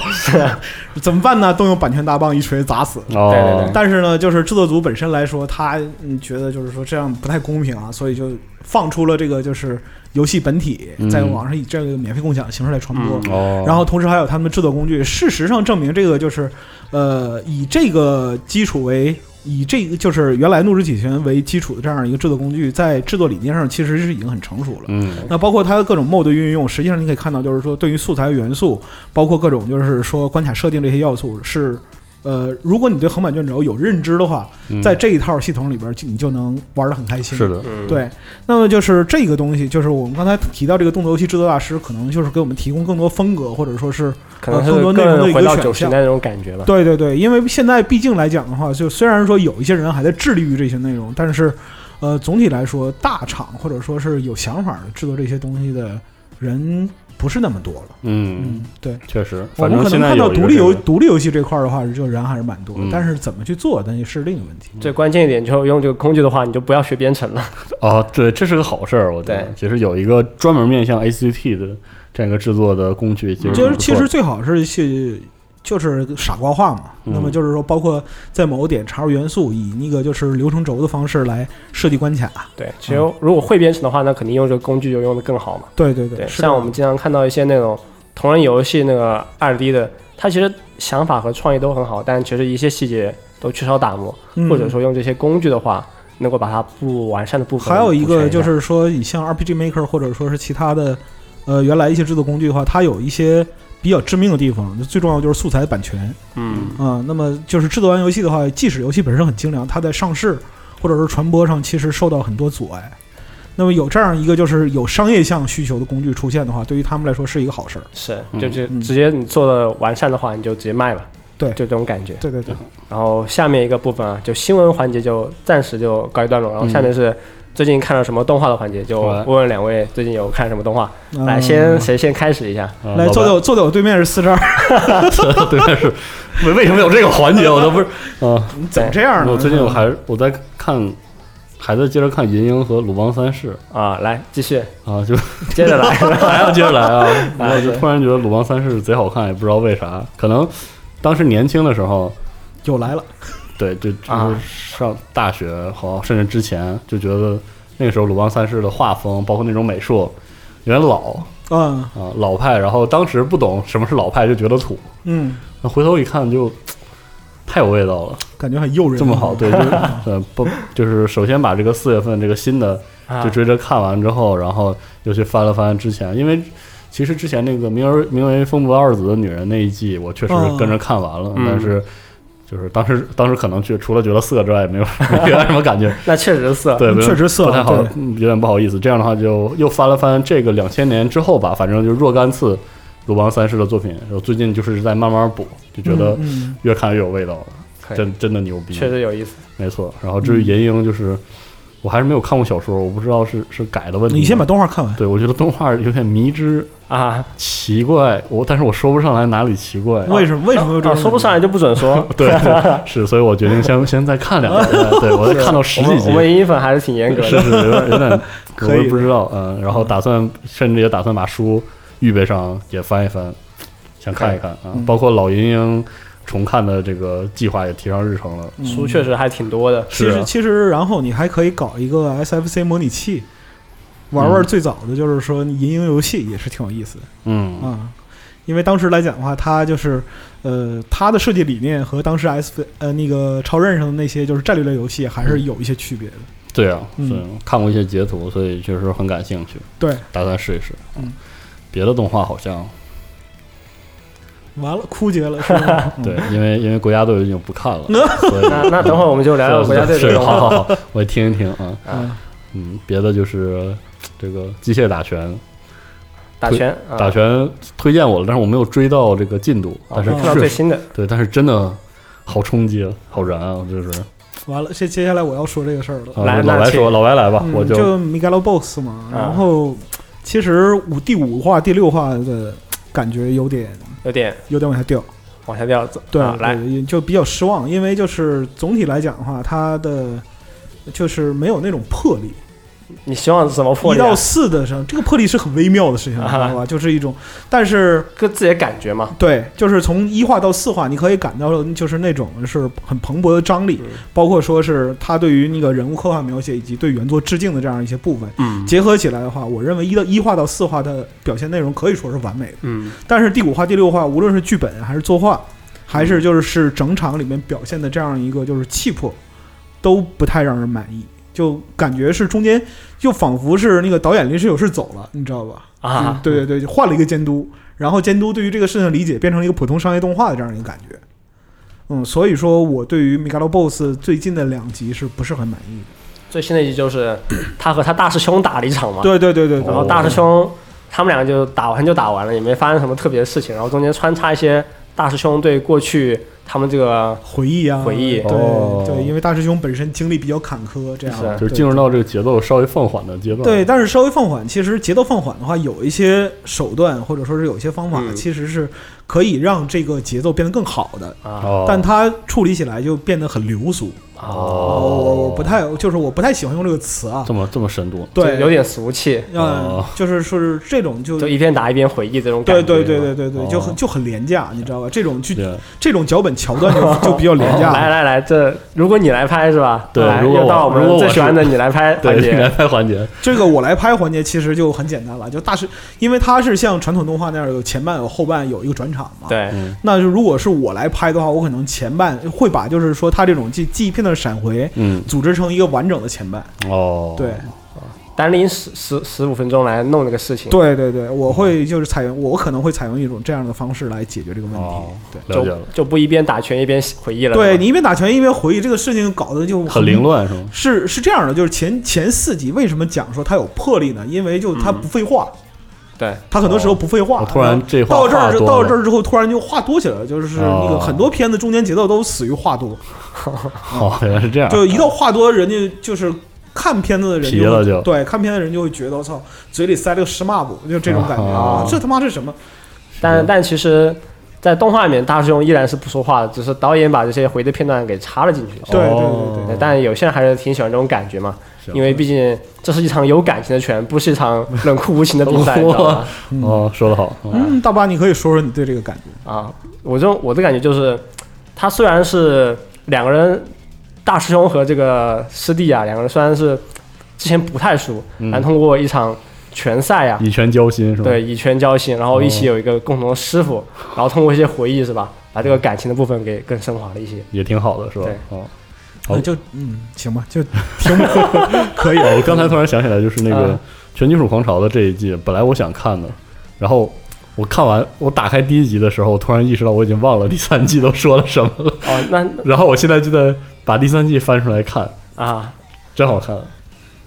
S3: 怎么办呢？动用版权大棒一锤砸死。
S1: 哦，
S2: 对对对
S3: 但是呢，就是制作组本身来说，他嗯觉得就是说这样不太公平啊，所以就放出了这个就是游戏本体
S1: 嗯
S3: 在网上以这个免费共享的形式来传播。
S1: 哦，
S3: 然后同时还有他们的制作工具，事实上证明这个就是，呃，以这个基础为以这个就是原来《怒之铁拳》为基础的这样一个制作工具，在制作理念上其实是已经很成熟了。
S1: 嗯
S3: 那包括它的各种 mod 的运用，实际上你可以看到，就是说对于素材元素，包括各种就是说关卡设定这些要素是，呃，如果你对横版卷轴有认知的话，
S1: 嗯
S3: 在这一套系统里边，你就能玩得很开心。
S1: 是的，
S2: 嗯，
S3: 对，那么就是这个东西，就是我们刚才提到这个动作游戏制作大师，可能就是给我们提供更多风格，或者说是
S2: 可能
S3: 呃
S2: 是
S3: 更多内容的
S2: 更
S3: 一个
S2: 回到
S3: 选
S2: 九十
S3: 项
S2: 年代那种感觉吧。
S3: 对对对，因为现在毕竟来讲的话，就虽然说有一些人还在致力于这些内容，但是，呃，总体来说，大厂或者说是有想法的制作这些东西的人不是那么多了。
S1: 嗯，
S3: 嗯，对，
S1: 确实，
S3: 我
S1: 反
S3: 们
S1: 正
S3: 可
S1: 现在
S3: 能看到
S1: 有一个
S3: 独立游
S1: 这个
S3: 独立游戏这块儿的话，就人还是蛮多的
S1: 嗯，
S3: 但是怎么去做，那是另一个问题。
S2: 最关键一点就是用这个工具的话，你就不要学编程了。
S1: 哦，对，这是个好事儿，我觉得
S2: 对。
S1: 其实有一个专门面向 ACT 的这样一个制作的工具，其实
S2: 嗯
S3: 就
S1: 挺
S3: 是
S1: 不
S3: 其
S1: 错
S3: 实
S1: 的
S3: 最好是去就是傻瓜化嘛。
S1: 嗯
S3: 那么就是说，包括在某个点插入元素，以那个就是流程轴的方式来设计关卡。
S2: 对，只有如果会编程的话，那肯定用这个工具就用的更好嘛。
S3: 对对对
S2: 对，
S3: 是的
S2: 像我们经常看到一些那种同人游戏那个二 D 的，它其实想法和创意都很好，但其实一些细节都缺少打磨，
S3: 嗯
S2: 或者说用这些工具的话，能够把它不完善的部分
S3: 还有
S2: 补全
S3: 一
S2: 一
S3: 个就
S2: 下
S3: 是说，你像 RPG Maker 或者说是其他的，呃，原来一些制作工具的话，它有一些比较致命的地方，最重要就是素材版权
S2: 嗯，
S3: 啊、那么就是制作完游戏的话，即使游戏本身很精良，它在上市或者是传播上其实受到很多阻碍。那么有这样一个就是有商业向需求的工具出现的话，对于他们来说是一个好事儿。
S2: 是，
S1: 嗯
S2: 就就
S3: 嗯
S2: 直接你做的完善的话，你就直接卖吧。
S3: 对
S2: 就这种感觉。
S3: 对对对，
S2: 然后下面一个部分啊，就新闻环节就暂时就告一段落，然后下面是最近看了什么动画嗯的环节，就
S1: 好的
S2: 问问两位最近有看什么动画？
S3: 嗯
S2: 来，先谁先开始一下？
S1: 啊
S3: 来
S1: 老
S3: 坐在
S1: 板
S3: 我坐在我对面 是四十二，
S1: 对，但是为为什么有这个环节，我都不 是啊。
S3: 你怎么这样呢？嗯
S1: 我最近我还是我在看，还在接着看《银鹰》和《鲁邦三世
S2: 啊，来继续，》
S1: 啊，就
S2: 接着来。
S1: 还要接着来 啊！
S2: 来
S1: 然后就突然觉得《鲁邦三世》贼好看，也不知道为啥，可能当时年轻的时候，
S3: 又来了，
S1: 对，就就
S2: 啊
S1: 是上大学好，甚至之前就觉得那个时候《鲁邦三世》的画风，包括那种美术，有点老
S3: 嗯
S1: 啊，老派。然后当时不懂什么是老派，就觉得土。
S3: 嗯，
S1: 那回头一看就。太有味道了，
S3: 感觉很诱人，
S1: 这么好，对，就是呃不，就是首先把这个四月份这个新的
S2: 啊
S1: 就追着看完之后，然后又去翻了翻之前，因为其实之前那个名为名为风不二子的女人那一季，我确实
S3: 嗯
S1: 跟着看完了，
S2: 嗯
S1: 但是就是当时当时可能就除了觉得色之外， 没有没有什么感觉，
S2: 那确实是，
S1: 对，
S3: 嗯确实色
S1: 不太好
S3: 对，
S1: 嗯有点不好意思。这样的话就又翻了翻这个两千年之后吧，反正就若干次鲁邦三世的作品，然后最近就是在慢慢补，就觉得
S3: 嗯
S1: 越看越有味道了，
S2: 可以
S1: 真真的牛逼，
S2: 确实有意思。
S1: 没错。然后
S3: 嗯
S1: 至于银鹰，就是我还是没有看过小说，我不知道是是改的问
S3: 嗯
S1: 题。
S3: 你先把动画看 完。
S1: 对，我觉得动画有点迷之
S2: 啊，
S1: 奇怪，我但是我说不上来哪里奇怪。
S3: 为什么为什么有这
S2: 啊
S3: 种？
S2: 说不上来就不准说。
S1: 对，对是，所以我决定先先再看两集。对我再看到十
S2: 我
S1: 几
S2: 们
S1: 集
S2: 我，们音粉还是挺严格
S1: 是
S2: 的。
S1: 是有点有点，我
S3: 可以
S1: 也不知道。嗯，然后打算甚至也打算把书预备上，也翻一翻，想看一看啊。
S3: 嗯
S1: 包括老银鹰重看的这个计划也提上日程了。
S2: 书确实还挺多的，
S1: 是
S3: 其
S1: 啊
S3: 实其实，然后你还可以搞一个 SFC 模拟器，玩玩
S1: 嗯
S3: 最早的就是说银鹰游戏也是挺有意思的
S1: 嗯
S3: 啊、因为当时来讲的话，他就是呃，他的设计理念和当时 S 呃那个超任上的那些就是战略类游戏还是有一些区别的。
S1: 对啊，
S3: 嗯
S1: 是看过一些截图，所以确实很感兴趣，
S3: 对，
S1: 打算试一试。
S3: 嗯，
S1: 别的动画好像
S3: 完了，枯竭了，是嗯吧？
S1: 对，因为因为国家队已经不看了，所以
S2: 那那等会儿我们就聊聊国家队
S1: 是
S2: 这
S1: 是
S2: 个
S1: 好好好，我听一听啊，
S3: 嗯，
S1: 嗯，别的就是这个机械打拳，
S2: 打拳，啊
S1: 打拳推荐我了，但是我没有追到这个进度，
S2: 啊
S1: 但是
S2: 看到
S1: 是
S2: 最新的，
S1: 对，但是真的好冲击，啊，好燃啊！就是
S3: 完了，接接下来我要说这个事儿了。
S1: 啊
S2: 来
S1: 老
S2: 那
S1: 白
S2: 请
S1: 说，老白来吧，
S3: 嗯
S1: 我
S3: 就
S1: 就
S3: Megalo Box 嘛，
S2: 啊
S3: 然后其实五第五话、第六话的感觉有点
S2: 有点
S3: 有点往下掉，
S2: 往下掉，
S3: 对，
S2: 啊来，
S3: 对就比较失望，因为就是总体来讲的话，它的就是没有那种魄力。
S2: 你希望怎么破
S3: 一
S2: 解啊？啊
S3: 到四的时候，这个魄力是很微妙的事情，你知道吧？就是一种，但是
S2: 个自己的感觉嘛，
S3: 对，就是从一话到四话，你可以感到就是那种是很蓬勃的张力，
S2: 嗯
S3: 包括说是他对于那个人物刻画描写以及对原作致敬的这样一些部分。
S2: 嗯
S3: 结合起来的话，我认为一到一话到四话的表现内容可以说是完美的，
S2: 嗯
S3: 但是第五话、第六话，无论是剧本还是作画，还是就是是整场里面表现的这样一个就是气魄，都不太让人满意，就感觉是中间就仿佛是那个导演临时有事走了，你知道吧？
S2: 啊
S3: 嗯，对对对，就换了一个监督，然后监督对于这个事情的理解变成了一个普通商业动画的这样一个感觉。嗯，所以说我对于《米 e 罗 BOSS》最近的两集是不是很满意的？
S2: 最新的一集就是他和他大师兄打了一场嘛，
S3: 对对对对
S2: 然
S3: 对，
S2: 后大师兄他们两个就打完就打完了，也没发生什么特别的事情，然后中间穿插一些大师兄对过去他们这个
S3: 回忆啊，
S2: 回忆
S3: 对、
S1: 哦
S3: 对，因为大师兄本身经历比较坎坷，这样
S2: 是
S1: 就是
S3: 对
S1: 进入到这个节奏稍微放缓的阶段。
S3: 对，但是稍微放缓，其实节奏放缓的话，有一些手段或者说是有一些方法，
S2: 嗯
S3: 其实是可以让这个节奏变得更好的，
S2: 啊
S1: 哦，
S3: 但它处理起来就变得很流俗。
S1: 哦
S3: 我我不太就是我不太喜欢用这个词啊
S1: 这，么这么深度，
S3: 对，
S2: 就有点俗气，
S3: 嗯
S1: 哦，
S3: 就是说是这种就
S2: 就一边打一边回忆这种感
S3: 对
S2: 觉，
S3: 对对对对对，就很
S1: 哦
S3: 就很廉价，你知道吧？这种剧
S1: 对
S3: 这种脚本桥段 就就比较廉价
S2: 哦来
S3: 了。
S2: 来来，这如果你来拍是吧？
S1: 对
S2: 来
S1: 如果
S2: 又到
S1: 我如果
S2: 们
S1: 我
S2: 最
S1: 是
S2: 喜欢的你来拍环
S1: 对，
S2: 节
S1: 连拍环节，
S3: 这个我来拍环节其实就很简单了，就大师，因为它是像传统动画那样有前半有后半有一个转场嘛。
S2: 对，
S1: 嗯
S3: 那就如果是我来拍的话，我可能前半会把就是说他这种记记忆片的闪回
S1: 嗯，
S3: 组织成一个完整的前半。
S1: 哦，
S3: 对，
S2: 单拎十十十五分钟来弄这个事情，
S3: 对对对，我会就是采用我可能会采用一种这样的方式来解决这个问题。
S1: 哦，
S3: 对
S1: 了
S2: 就
S1: 解了，
S2: 就不一边打拳一边回忆了。
S3: 对
S2: 是吧
S3: 你一边打拳一边回忆这个事情，搞得就
S1: 很凌。乱是吗？
S3: 是是这样的，就是前前四集为什么讲说它有魄力呢？因为就它
S2: 嗯
S3: 不废话，
S2: 对，
S3: 它很多时候不废话。
S1: 哦突然这话
S3: 到这
S1: 话
S3: 儿
S1: 多
S3: 到
S1: 了
S3: 这儿之后，突然就话多起来了，就是那个
S1: 哦
S3: 很多片子中间节奏都死于话多。
S1: 哦，原来是 这样，
S3: 就一到话多，人家就是看片子的人
S1: 皮了
S3: 会
S1: 就
S3: 对看片子的人就会觉得我操，嘴里塞了个湿抹布，就这种感觉
S2: 啊
S3: 这他妈是什么？
S1: 嗯
S2: 但但其实，在动画里面，大师兄依然是不说话的，只是导演把这些回的片段给插了进去。
S3: 对对
S1: 哦
S3: 对
S2: 对但有些人还是挺喜欢这种感觉嘛，
S1: 行
S2: 因为毕竟这是一场有感情的拳，不是一场冷酷无情的比赛，你 知道吧？
S1: 哦，说得好，嗯
S3: 嗯，大巴，你可以说说你对这个感觉。
S2: 啊，我这种我的感觉就是，他虽然是两个人，大师兄和这个师弟啊，两个人虽然是之前不太熟，
S1: 嗯
S2: 但通过一场拳赛啊，
S1: 以拳交心是吗？
S2: 对以拳交心，然后一起
S1: 哦
S2: 有一个共同的 师傅，然后通过一些回忆是吧，把这个感情的部分给更升华了一些。
S1: 也挺好的，是吧
S2: 对？
S1: 哦，好
S3: 嗯就嗯，行吧，就挺可以。
S1: 哦，我刚才突然想起来，就是那个《
S2: 嗯
S1: 全金属狂潮》的这一季，本来我想看的，然后我看完，我打开第一集的时候，突然意识到我已经忘了第三季都说了什么了，
S2: 哦，那
S1: 然后我现在就在把第三季翻出来看，
S2: 啊，
S1: 真好看，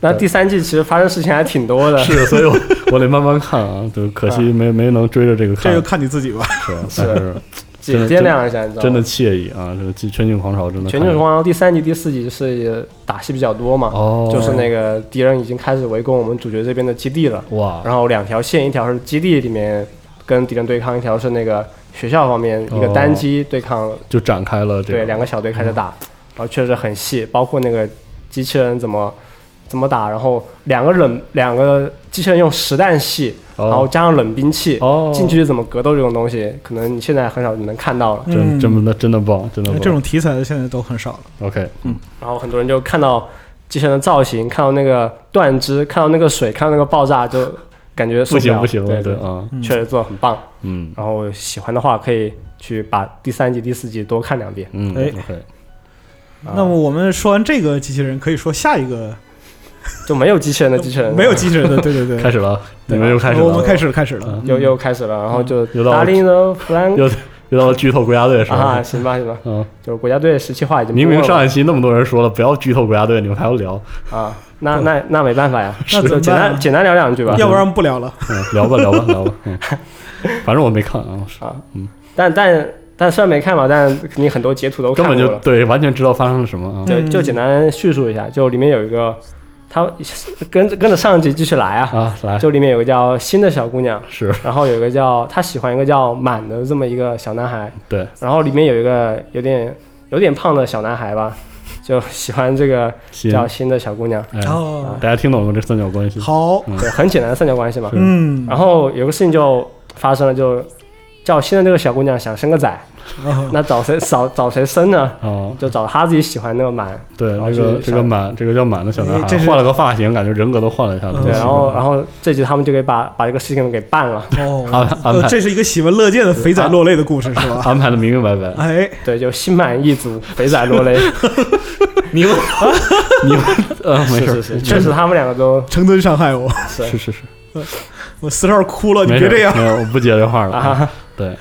S2: 那第三季其实发生事情还挺多的，
S1: 是，所以我我得慢慢看啊， 就可惜
S2: 嗯
S1: 没没能追着这个看，
S3: 这个看你自己吧。
S1: 是但是
S2: 姐姐那样一下，你知道吗？
S1: 真的惬意啊，这个《全景狂潮》真的
S2: 《
S1: 看
S2: 全境狂潮》第三集、第四集是打戏比较多嘛，
S1: 哦，
S2: 就是那个敌人已经开始围攻我们主角这边的基地了。
S1: 哇，
S2: 然后两条线，一条是基地里面跟敌人对抗，一条是那个学校方面一个单机对抗，
S1: 就展开了哦这嗯
S2: 对两
S1: 个
S2: 个小队开始打，然后确实很细，包括那个机器人怎么怎么打，然后两个冷两个机器人用实弹系，
S1: 哦
S2: 然后加上冷兵器、
S1: 哦
S2: 近距离怎么格斗这种东西，可能你现在很少能看到了。
S1: 真
S3: 嗯
S1: 真的真的棒，真的棒
S3: 这种题材现在都很少了。
S1: OK，
S2: 然后很多人就看到机器人的造型，看到那个断肢，看到那个水，看到那个爆炸，就感觉受
S1: 不行
S2: 了
S1: 不行了，
S2: 对
S1: 对，啊，
S3: 嗯
S2: 确实做的很棒。
S1: 嗯
S2: 然后喜欢的话可以去把第三季、第四季多看两遍。
S1: 嗯
S3: 哎
S1: ，OK，
S2: 啊
S3: 那么我们说完这个机器人，可以说下一个
S2: 就没有机器人的机器人，
S3: 没有机器人的，对对 对，
S1: 开始了，啊
S3: 对
S1: 你们又开始
S3: 我们
S1: 了，
S3: 开始了开始了
S1: 嗯，
S2: 又又开始了，然后就
S1: 又到
S2: 达令的弗兰
S1: 又又到剧透国家队的时候
S2: 啊，
S1: 了，
S2: 行吧行吧，
S1: 嗯，
S2: 就是国家队十七话已经
S1: 明
S2: 播
S1: 明
S2: 了
S1: 上一期那么多人说了不要剧透国家队，你们还要聊，
S2: 啊，那那那没办法呀，
S3: 那怎
S2: 就
S3: 么
S2: 简
S3: 办
S2: 单
S3: 啊？
S2: 简单聊两句吧。
S3: 要不然不聊了。
S1: 嗯，聊吧聊吧聊吧，嗯，反正我没看啊，
S2: 啊，
S1: 嗯
S2: 但但但虽然没看嘛，但肯定很多截图都看
S1: 根
S2: 过
S1: 本就
S2: 了。
S1: 对，完全知道发生了什么啊，
S3: 嗯
S2: 对，就简单叙述一下，就里面有一个，他跟着跟着上集继续来啊，
S1: 啊，来
S2: 就里面有个叫新的小姑娘，
S1: 是
S2: 然后有一个叫他喜欢一个叫满的这么一个小男孩，
S1: 对，
S2: 然后里面有一个有点有点胖的小男孩吧，就喜欢这个
S1: 新，
S2: 叫新的小姑娘，
S1: 哎，
S3: 哦，
S1: 大家听懂了吗？这三角关系，
S3: 好，
S1: 嗯
S2: 对，很简单的三角关系嘛。
S3: 嗯，
S2: 然后有个事情就发生了，就叫新的这个小姑娘想生个仔，
S3: 哦
S2: 那找谁找找谁生呢？
S1: 哦，
S2: 就找她自己喜欢那个满，
S1: 对，
S2: 然后
S1: 那个
S2: 就
S1: 这个
S2: 想
S1: 满这个叫满的小男
S3: 哎这
S1: 孩
S3: 是
S1: 换了个发型，感觉人格都换了一下子，
S3: 嗯
S2: 对，
S1: 奇
S2: 然
S1: 怪
S2: 后然后这集他们就给把把这个事情给办了，
S1: 安
S3: 哦，
S1: 排安
S3: 呃
S1: 排
S3: 这是一个喜闻乐见的肥仔落泪的故事是吧？
S1: 安排的明明白白，
S3: 哎，
S2: 对，就心满意足，肥仔落泪，
S1: 你们你们呃， 没事
S2: 是是
S1: 儿，
S2: 是，确实他们两个都
S3: 成吨伤害我，
S2: 是
S1: 是是是，
S3: 我四少哭哦了，你
S1: 没
S3: 别
S1: 事
S3: 这样
S1: 儿，，没有，我不接这话了。 嗯
S2: 啊，
S1: 对，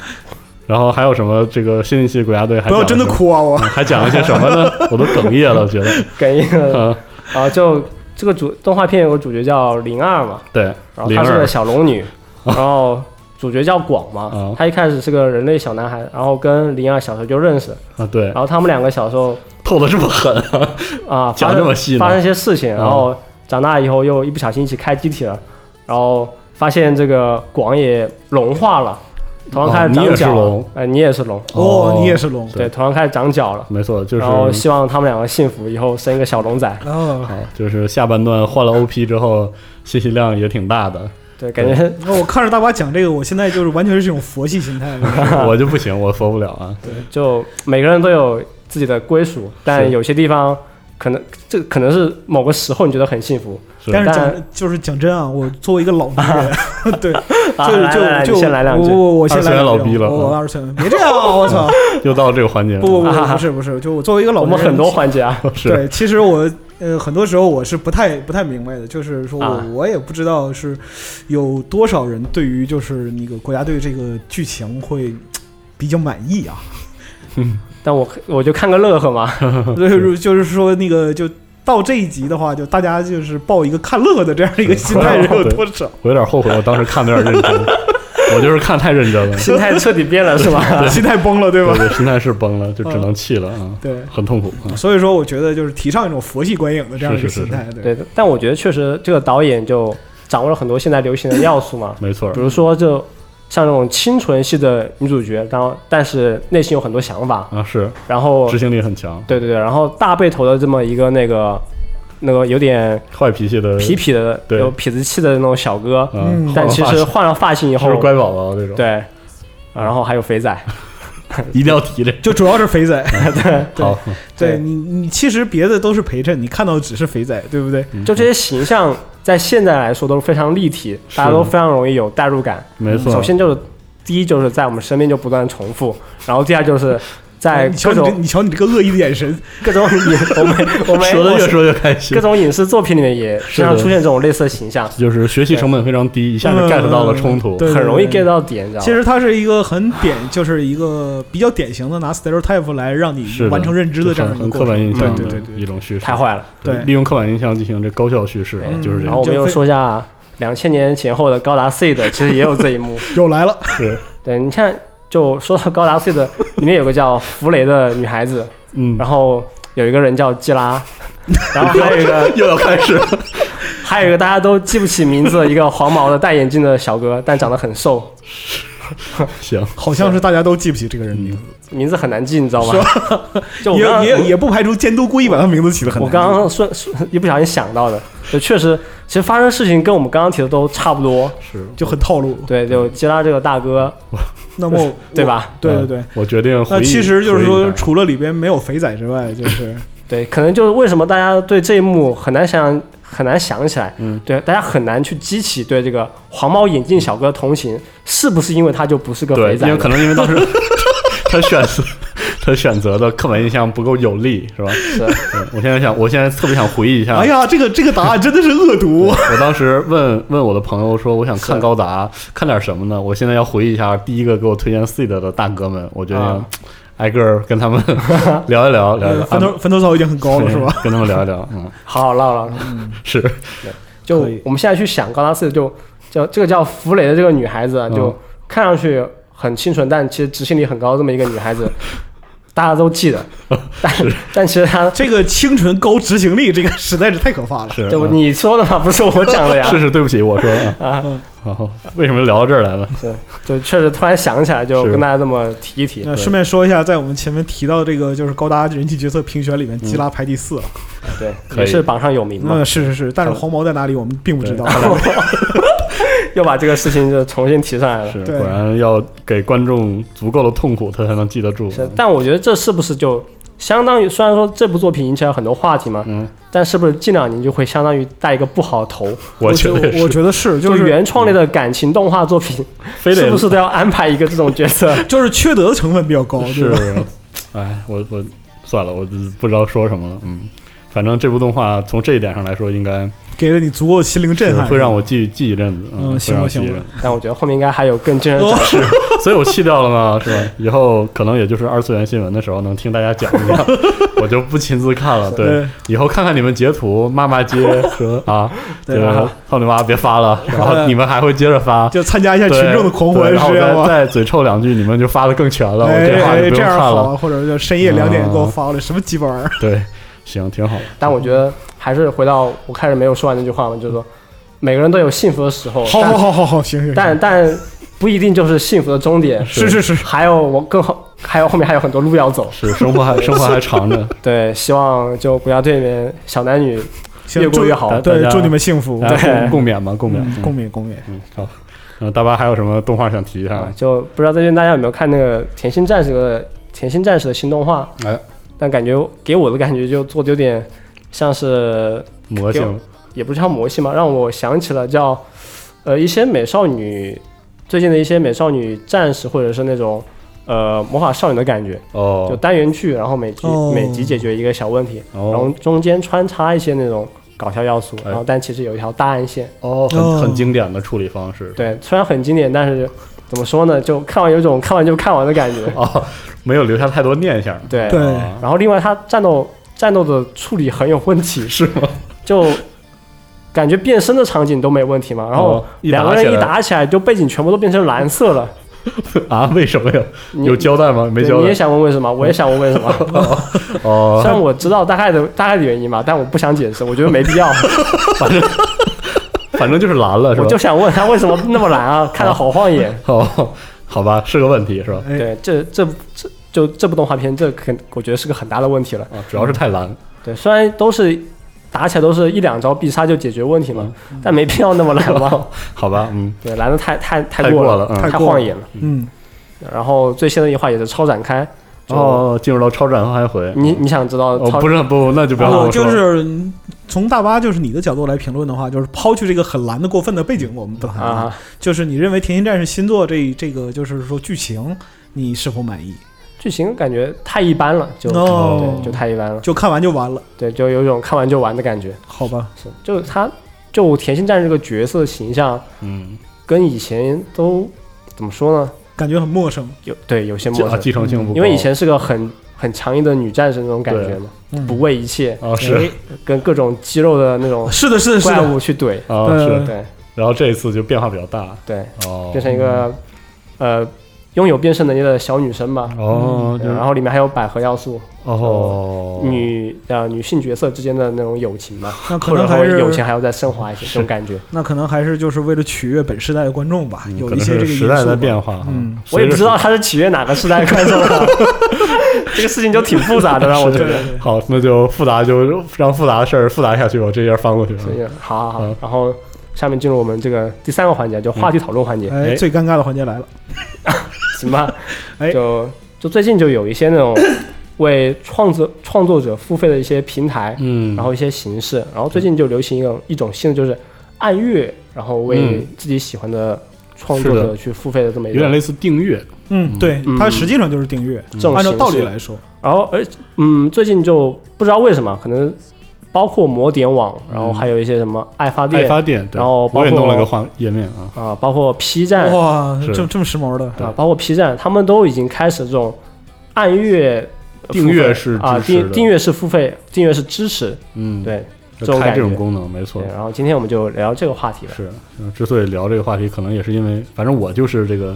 S1: 然后还有什么这个新一期国家队还
S3: 不要
S1: 讲
S3: 真的
S1: 了什么，
S3: 哭啊 我。
S1: 嗯还讲了些什么呢？我都哽咽了，我觉得，
S2: 哽咽了，
S1: 嗯，
S2: 然后就这个主动画片有个主角叫灵儿嘛，
S1: 对
S2: 然，后
S1: 灵
S2: 她是
S1: 儿
S2: 个，小 龙女，然后主角叫广嘛
S1: 啊，
S2: 他一开始是个人类小男孩，然后跟灵儿小时候就认识，
S1: 啊，对
S2: 然，后他们两个小时候
S1: 透的这么狠啊，
S2: 啊，
S1: 讲
S2: 发
S1: 这
S2: 生
S1: 么细呢
S2: 发生一些事情，
S1: 啊
S2: 然后长大以后又一不小心一起开机体了，然后发现这个广也融化了，头上开始
S1: 哦你
S2: 长
S1: 也是
S2: 角了
S1: 龙，
S2: 哎，你也是龙，
S3: 哦，你也是龙，
S2: 对，头上开始长角了，
S1: 没错，就
S2: 然后
S1: 是
S2: 希望他们两个幸福，以后生一个小龙仔，
S3: 哦，
S1: 啊，就是下半段换了 OP 之后，信息量也挺大的，
S2: 对，感觉
S3: 那我看着大巴讲这个，我现在就是完全是这种佛系心态了。
S1: 我就不行，我佛不了啊，
S2: 就每个人都有自己的归属，但
S1: 是
S2: 有些地方可能这可能是某个时候你觉得很幸福，
S1: 是
S3: 但是讲
S2: 但
S3: 就是讲真啊，我作为一个老逼 人，对，
S2: 啊
S3: 就
S2: 来来来
S3: 就
S2: 你
S3: 就
S2: 先来两
S3: 我
S2: 句，
S3: 我我先
S1: 二次
S3: 来
S1: 元
S3: 两
S1: 老
S3: 句啊
S1: 逼了
S3: 我我
S1: 嗯
S3: 二次元，别这样啊，我操！
S1: 又到了这个环节了，
S3: 不不不不，不是不是，就我作为一个老
S2: 我
S3: 逼
S2: 们
S3: 人
S2: 很多环节啊，
S1: 是
S3: 对，其实我呃很多时候我是不太不太明白的，就是说我、
S2: 啊
S3: 我也不知道是有多少人对于就是那个国家队这个剧情会比较满意啊，
S2: 但我我就看个乐呵嘛，
S3: 就是就是说那个就。到这一集的话，就大家就是抱一个看乐的这样一 个心态，人有多少？
S1: 我有点后悔，我当时看的有点认 真，我就是看太认真了，
S2: 心态彻底 变了是吧？
S3: 心态崩了，对吧嗯
S1: 对？对，心态是崩了，就只能气了啊，
S3: 对，
S1: 很痛苦啊，
S3: 所以说我觉得就是提倡一种佛系观影的这样一
S1: 是
S3: 个
S1: 是是，
S3: 心态，对
S2: 对，但我觉得确实这个导演就掌握了很多现在流行的要素嘛
S1: 没错儿
S2: 比，如说就像这种清纯系的女主角，然后但是内心有很多想法，
S1: 啊是，
S2: 然后
S1: 执行力很强，
S2: 对对对，然后大背头的这么一个那个那个有点
S1: 坏脾气的
S2: 痞痞的
S1: 呃对
S2: 有痞子气的那种小哥，
S1: 啊
S3: 嗯，
S1: 换
S2: 但
S1: 了
S2: 其
S1: 发
S2: 实
S1: 型
S2: 换了发型以后
S1: 是，乖宝宝这种，
S2: 对，啊然后还有肥仔，
S1: 一定要提这
S3: 就主要是肥仔，
S1: 嗯个，好，
S3: 对
S2: 对
S3: 你你其实别的都是陪衬，你看到的只是肥仔，对不对？
S1: 嗯
S2: 就这些形象在现在来说都是非常立体，
S1: 是
S2: 大家都非常容易有代入感。
S1: 没错，
S2: 首先就是第一就是在我们身边就不断重复，然后第二就是在
S3: 哎你瞧
S2: 各
S3: 你这，
S2: 种
S3: 你瞧你这个恶意的 眼神，
S2: 各种影我们我们
S1: 说的越
S2: 我
S1: 说越开心
S2: 各，种影视作品里面也经常出现这种类似的形象，
S1: 就是学习成本非常低，一下就 get 到了冲突
S3: 嗯，对
S2: 很容易 get 到点，你知道吗？
S3: 其实它是一个很典，就是一个比较典型的拿 stereotype 来让你
S1: 是的
S3: 完成认知的这样
S1: 很
S3: 一个
S1: 很
S3: 过
S1: 刻
S3: 程
S1: 板。印象
S3: 对对
S1: 的
S3: 对对
S1: 一种叙事
S2: 太，坏了。
S3: 对
S1: 利用刻板印象进行这高效叙事啊，
S2: 嗯
S1: 就是这
S2: 然
S1: 样
S2: 后，我们
S3: 就
S2: 又
S3: 非
S2: 说一下两千年前后的高达 C 的，其实也有这一幕。
S3: 又来了，
S1: 是，
S2: 对，你看，就说到高达 C 的，里面有个叫弗雷的女孩子，
S1: 嗯，
S2: 然后有一个人叫基拉，然后还有一个
S1: 又要开始了，
S2: 还有一个大家都记不起名字的一个黄毛的戴眼镜的小哥，但长得很瘦，
S1: 行，
S3: 好像是大家都记不起这个人
S1: 嗯
S3: 名字，
S2: 名字很难记，你知道吗？ 就我刚刚
S3: 也也也不排除监督故意把他名字起得很
S2: 我
S3: 难
S2: 刚刚顺顺一不小心想到的，就确实，其实发生事情跟我们刚刚提的都差不多。
S1: 是，
S3: 就很套路。
S2: 对，就基拉这个大哥，
S3: 那么我
S2: 对？吧？
S3: 对对
S1: 嗯
S3: 对。
S1: 我决定回忆，
S3: 那其实就是
S1: 回忆
S3: 说，
S1: 一下
S3: 除了里边没有肥仔之外，就是
S2: 对，可能就是为什么大家对这一幕很难想象，很难想起来。
S1: 嗯，
S2: 对，大家很难去激起对这个黄毛眼镜小哥的同情，是不是因为他就不是个
S1: 对，
S2: 肥
S1: 因
S2: 宅
S1: 为
S2: 呢？
S1: 可能因为当时他选择他选择的刻板印象不够有力，是吧？
S2: 是
S1: 嗯我现在想，我现在特别想回忆一下。
S3: 哎呀，这个这个答案真的是恶
S1: 我
S3: 毒。
S1: 我当时问问我的朋友说，我想看
S2: 是
S1: 高达，看点什么呢？我现在要回忆一下第一个给我推荐 seed 的大哥们，我决定
S2: 啊
S1: 挨个儿跟他 们聊一聊， 聊一聊。
S3: 坟头坟头草已经很高呃啊了，是吧？？
S1: 跟他们聊一聊， 嗯，
S2: 好好唠唠。
S1: 是，
S2: 就
S3: 可以
S2: 我们现在去想高达四，就叫这个叫弗雷的这个女孩子啊，
S1: 嗯
S2: 就看上去很清纯，但其实执行力很高这么一个女 孩子，大家都记得，但但其实她
S3: 这个清纯高执行力，这个实在是太可怕了。
S1: 是，
S2: 就
S1: 嗯
S2: 你说的嘛，不是我讲的呀。
S1: 是是，对不起，我说啊，
S2: 啊，
S1: 然后为什么聊到这儿来了？
S2: 对，就确实突然想起来，就是跟大家这么提一提。
S3: 那
S1: 对
S3: 顺便说一下，在我们前面提到这个就是高达人气角色评选里面，基拉排第四了。
S2: 对，
S1: 可以
S2: 也是榜上有名嘛
S3: 嗯，，是是是，但是黄毛在哪里我们并不知道。
S2: 又把这个事情就重新提上来了。
S1: 是，
S3: 对
S1: 果然要给观众足够的痛苦，他才能记得住。
S2: 是，但我觉得这是不是就相当于，虽然说这部作品引起了很多话题嘛，
S1: 嗯，
S2: 但是不是近两年就会相当于带一个不好头？
S1: 我觉得也是，
S3: 我觉得是，
S2: 就
S3: 就是
S2: 原创类的感情动画作 品，
S1: 非得
S2: 是不是都要安排一个这种角色？
S3: 就是缺德的成分比较高，哦对吧？
S1: 是， 哎，我我算了，我就不知道说什么了。嗯，反正这部动画从这一点上来说，应该
S3: 给了你足够的心灵震撼，
S1: 会让我记记一阵子。
S3: 嗯
S1: 会
S3: 行
S1: 让
S3: 了
S1: 我记一
S3: 行
S1: 阵
S3: 了
S1: 子，
S2: 但我觉得后面应该还有更惊人的
S3: 哦
S2: 展示。
S1: 所以我弃掉了嘛，是吧？以后可能也就是二次元新闻的时候能听大家讲一讲， 我就不亲自看了。对
S3: 嗯，
S1: 以后看看你们截图，骂骂街，说啊，
S3: 对
S1: 这个
S3: 吧
S1: 操你妈，别发了，然后
S3: 嗯
S1: 你们还会接着 发。
S3: 就参加一下
S1: 对
S3: 群众的狂
S1: 对
S3: 欢，
S1: 然后
S3: 是这样
S1: 我
S3: 吗？
S1: 再再嘴臭两句，你们就发的更全了，我
S3: 哎
S1: 这话就
S3: 哎，
S1: 不用
S3: 这
S1: 看
S3: 样
S1: 了。
S3: 好，或者就深夜两点给我发过来，什么鸡巴玩意儿？
S1: 对，行，挺好。
S2: 但我觉得还是回到我开始没有说完那句话嘛，就是说每个人都有幸福的时
S1: 哦
S2: 候，
S3: 好好好好好，行行，行
S2: 但但但不一定就是幸福的终点，
S3: 是是是，
S2: 还有我更好，还有后面还有很多路要走。
S1: 是生 活还生活还长着，
S2: 对，希望就国家队里面小男女
S3: 行
S2: 越过
S3: 祝
S2: 越好。
S1: 大
S3: 对
S1: 大家，
S3: 祝你们幸福，
S1: 大家
S2: 对
S1: 共共勉吧，共勉，
S3: 嗯
S1: 嗯
S3: 共勉共勉。
S1: 嗯，好。嗯，大巴还有什么动画想提一下
S2: 啊
S1: 吗？
S2: 就不知道最近大家有没有看那个《甜心战士》的《甜心战士》的新动画？
S1: 哎，
S2: 但感觉给我的感觉就做的有点像是，
S1: 魔性，
S2: 也不是叫魔性嘛，让我想起了叫呃一些美少女最近的一些美少女战士，或者是那种呃魔法少女的感觉，就
S1: 哦，
S2: 单元剧，然后每集、
S3: 哦
S2: 每集解决一个小问题，
S1: 哦
S2: 然后中间穿插一些那种搞笑要素，
S1: 哎
S2: 然后但其实有一条大暗线。
S1: 哦，
S3: 哦
S1: 很很经典的处理方式，
S2: 对，虽然很经典，但是怎么说呢，就看完有一种看完就看完的感觉。
S1: 哦，没有留下太多念想，
S2: 对，
S3: 对
S1: 哦
S2: 然后另外他战斗战斗的处理很有问题，
S1: 是吗？
S2: 就感觉变身的场景都没问题嘛，然后
S1: 哦一打
S2: 两个人
S1: 起
S2: 一
S1: 来
S2: 打起来，就背景全部都变成蓝色了。
S1: 啊，为什么呀？
S2: 你
S1: 有交代吗？没
S2: 对
S1: 交
S2: 你也
S1: 代。
S2: 想问为什么？我也想问为什么。 虽然
S1: 哦，
S2: 我知道大概的大概的原因嘛，但我不想解释，我觉得没必要。
S1: 反正就是蓝了，是
S2: 我
S1: 吧
S2: 就？想问他为什么那么蓝 啊？看着好晃眼。
S1: 哦，好吧，是个问题，是吧？
S3: 哎
S2: 对，这这这就这部动画片，这肯我觉得是个很大的问题了。
S1: 啊，主要是太蓝，
S2: 对，虽然都是打起来都是一两招必杀就解决问题嘛，但没必要那么蓝吧？
S1: 好吧，嗯，
S2: 对，蓝的太太太
S1: 太
S2: 过
S1: 过了嗯
S2: 太
S3: 太过了
S2: 晃眼了。
S3: 嗯，
S2: 然后最新的一话也是超展开。就，
S1: 哦，进入到超展开回，
S2: 你你想知道
S1: 哦，
S2: 嗯超、哦
S1: 不是不，那就不要让
S3: 我
S1: 我说
S3: 就
S1: 了
S3: 是嗯从大巴就是你的角度来评论的话，就是抛去这个很蓝的过分的背景，我们不谈
S2: 啊，
S3: 就是你认为《甜心战士》新作这这个就是说剧情，你是否满意？
S2: 剧情感觉太一般了，就、
S3: 哦
S2: 对，就太一般了，
S3: 就看完就完了，
S2: 对，就有一种看完就完的感觉。
S3: 好吧？
S2: 是，就他就甜心战士这个角色形象
S1: 嗯，
S2: 跟以前都怎么说呢？
S3: 感觉很陌生，
S2: 有对有些
S1: 继
S2: 陌
S1: 啊
S2: 生，
S1: 继承性不高，
S2: 因为以前是个很很强硬的女战士那种感觉嘛，
S3: 嗯
S2: 不畏一切，
S1: 啊是
S2: 跟各种肌肉的那种
S3: 是的，是的，是
S2: 怪
S3: 的，
S2: 物去怼，
S1: 啊
S3: 对
S1: 是
S3: 对，
S2: 对
S1: 然后这一次就变化比较大
S2: 对，
S1: 哦
S2: 变，成一个呃拥有变身能力的小女生吧。
S1: 哦，
S2: 对
S1: 就是
S2: 然后里面还有百合要素，
S1: 哦，
S2: 女呃女性角色之间的那种友情嘛，
S3: 那可
S2: 或者
S3: 能还
S2: 说
S3: 是
S2: 友情还要再升华一些，这种感觉。
S3: 那可能还是就是为了取悦本时代的观众吧，
S1: 嗯
S3: 有
S1: 可
S3: 一
S1: 能
S3: 些
S1: 是
S3: 这个因
S1: 时
S3: 素
S1: 代在
S3: 吧。
S1: 变化，啊
S3: 嗯
S1: 随
S2: 我也
S1: 着
S2: 不知道他是起源哪个时代观众 的，这个事情就挺复杂的，让我觉得。
S1: 时代。好，那就复杂就让复杂的事儿复杂下去吧，我这页翻过去了
S2: 所。以好好
S1: 嗯
S2: 好，然后下面进入我们这个第三个环节，就话题讨论环节，
S1: 哎
S3: 哎，最尴尬的环节来了，
S2: 行吧
S3: 哎？
S2: 就就最近就有一些那种为创作创作者付费的一些平台，
S1: 嗯，
S2: 然后一些形式。然后最近就流行一种一种新的，就是按月，然后为
S1: 嗯
S2: 自己喜欢的创作
S1: 是
S2: 者
S1: 的
S2: 去付费的这么一
S1: 有点
S2: 种
S1: 类似订阅，
S3: 嗯，对，
S2: 嗯
S3: 它实际上就是订阅。
S2: 这
S1: 嗯
S2: 种
S3: 嗯按照
S2: 形
S3: 道理
S2: 式
S3: 来说，
S2: 然后而嗯，最近就不知道为什么，可能包括魔点网，然
S3: 嗯
S2: 后还有一些什么爱发
S1: 爱
S2: 电啊、
S1: 发电，对
S2: 然后包括
S1: 我也弄了个画页面啊，
S2: 包括 P 站啊、
S3: 哇，
S1: 嗯是
S3: 这这么时髦的，
S2: 包括 P 站，他们都已经开始这种按月付费。
S1: 订阅呃是
S2: 啊，
S1: 支持
S2: 订
S1: 的
S2: 订阅是付费，订阅是支持，
S1: 嗯，，
S2: 对这
S1: 就
S2: 种
S1: 开
S2: 感
S1: 这种
S2: 觉
S1: 功能，没错
S2: 对。。然后今天我们就聊这个话题吧。
S1: 是，嗯之所以聊这个话题，可能也是因为，反正我就是这个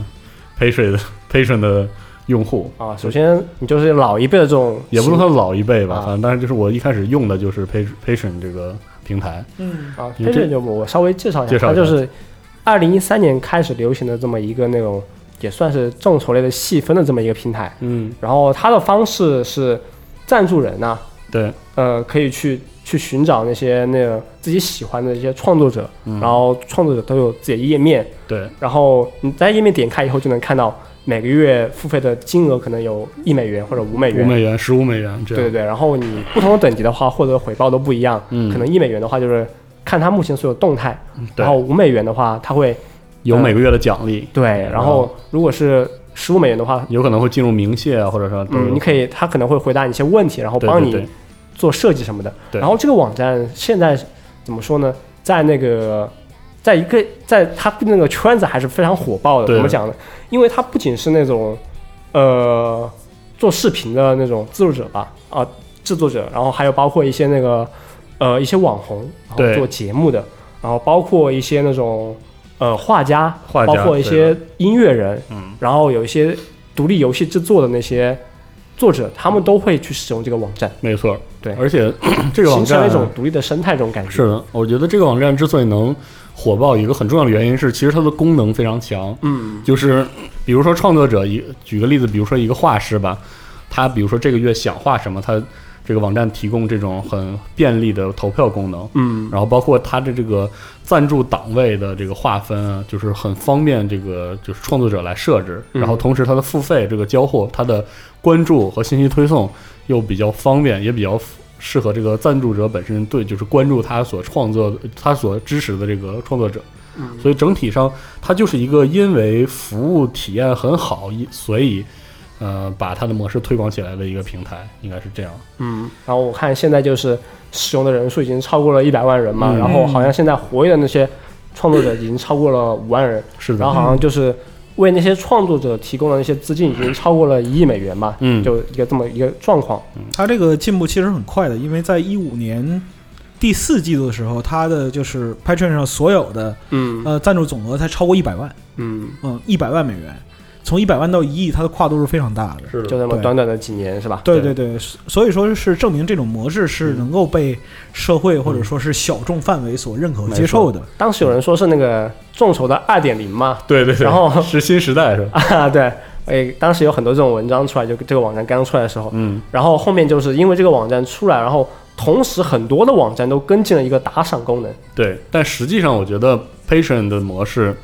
S1: patron 的 patron 的用户
S2: 啊，首先你就是老一辈的这种
S1: 也不能算老一辈吧，
S2: 啊
S1: 反正但是就是我一开始用的就是 patron patron 这个平台，
S3: 嗯，
S2: 啊，
S1: 你
S2: 这
S1: 这
S2: 个就我稍微介绍一下，
S1: 介绍
S2: 它
S1: 一
S2: 就
S1: 下
S2: 是二零一三年开始流行的这么一个那种也算是众筹类的细分的这么一个平台。
S1: 嗯，
S2: 然后它的方式是赞助人呐、啊
S1: 对，
S2: 呃，可以去去寻找那些那个自己喜欢的一些创作者，
S1: 嗯
S2: 然后创作者都有自己的页面，
S1: 对，
S2: 然后你在页面点开以后就能看到每个月付费的金额可能有一美元或者五美
S1: 五
S2: 元。
S1: 美元、十五美元这
S2: 对对
S1: 样，
S2: 对，然后你不同的等级的话，获得回报都不一样。
S1: 嗯
S2: 可能一美元的话就是看它目前所有动态，然后
S1: 对，
S2: 五美元的话，它会
S1: 有每个月的奖励，
S2: 对，然后如果是十五美元的话，
S1: 有可能会进入明细啊，或者说都有，
S2: 嗯，你可以，它可能会回答你一些问题，然后
S1: 对
S2: 帮
S1: 对
S2: 你
S1: 对
S2: 做设计什么的。
S1: 对
S2: 然后这个网站现在怎么说呢？在那个，在一个在它那个圈子还是非常火爆的。
S1: 对
S2: 怎么讲呢？因为它不仅是那种呃做视频的那种制作者吧，啊、制作者，然后还有包括一些那个呃一些网红，然后
S1: 对
S2: 做节目的，然后包括一些那种呃画家，
S1: 画家
S2: 包括一
S1: 对
S2: 些音乐人，
S1: 嗯，
S2: 然后有一些独立游戏制作的那些作者，他们都会去使用这个网站，
S1: 没错，
S2: 对
S1: 而且嗯这个网
S2: 形成
S1: 站
S2: 了一种独立的生态，这种感觉。
S1: 是的，我觉得这个网站之所以能火爆，一个很重要的原因是，其实它的功能非常强，
S2: 嗯，
S1: 就是比如说创作者一举个例子，比如说一个画师吧，他比如说这个月想画什么，他这个网站提供这种很便利的投票功能，
S2: 嗯，
S1: 然后包括他的这个赞助档位的这个划分啊，就是很方便这个就是创作者来设置，
S2: 嗯
S1: 然后同时它的付费这个交互，它的关注和信息推送又比较方便，也比较适合这个赞助者本身对就是关注他所创作的他所支持的这个创作者，
S2: 嗯
S1: 所以整体上它就是一个因为服务体验很好，以所以呃把它的模式推广起来的一个平台，应该是这样。
S2: 嗯，然后我看现在就是使用的人数已经超过了一百万人嘛，
S1: 嗯
S2: 然后好像现在活跃的那些创作者已经超过了五万人，
S1: 是
S2: 然后
S1: 的，
S2: 好像就是为那些创作者提供的那些资金已经超过了一亿美元吧，
S1: 嗯，
S2: 就一个这么一个状况。
S3: 它这个进步其实很快的，因为在一五年第四季度的时候，它的就是 Patreon 上所有的
S2: 嗯
S3: 呃赞助总额才超过一百万，
S2: 嗯，
S3: 嗯，一百万美元，从一百万到一亿，它的跨度是非常大的。
S1: 是
S2: 就
S1: 的，
S2: 那么
S3: 对
S2: 短短的几年是吧？
S3: 对对对，所以说是证明这种模式是
S1: 嗯
S3: 能够被社会或者说是小众范围所认可和接受的。
S2: 当时有人说是那个众筹的二点零嘛，
S1: 对对对，
S2: 然后
S1: 是新时代是吧？
S2: 啊，对，诶，当时有很多这种文章出来，就这个网站刚出来的时候，
S1: 嗯，
S2: 然后后面就是因为这个网站出来，然后同时很多的网站都跟进了一个打赏功能，
S1: 对，但实际上我觉得 patron 的模式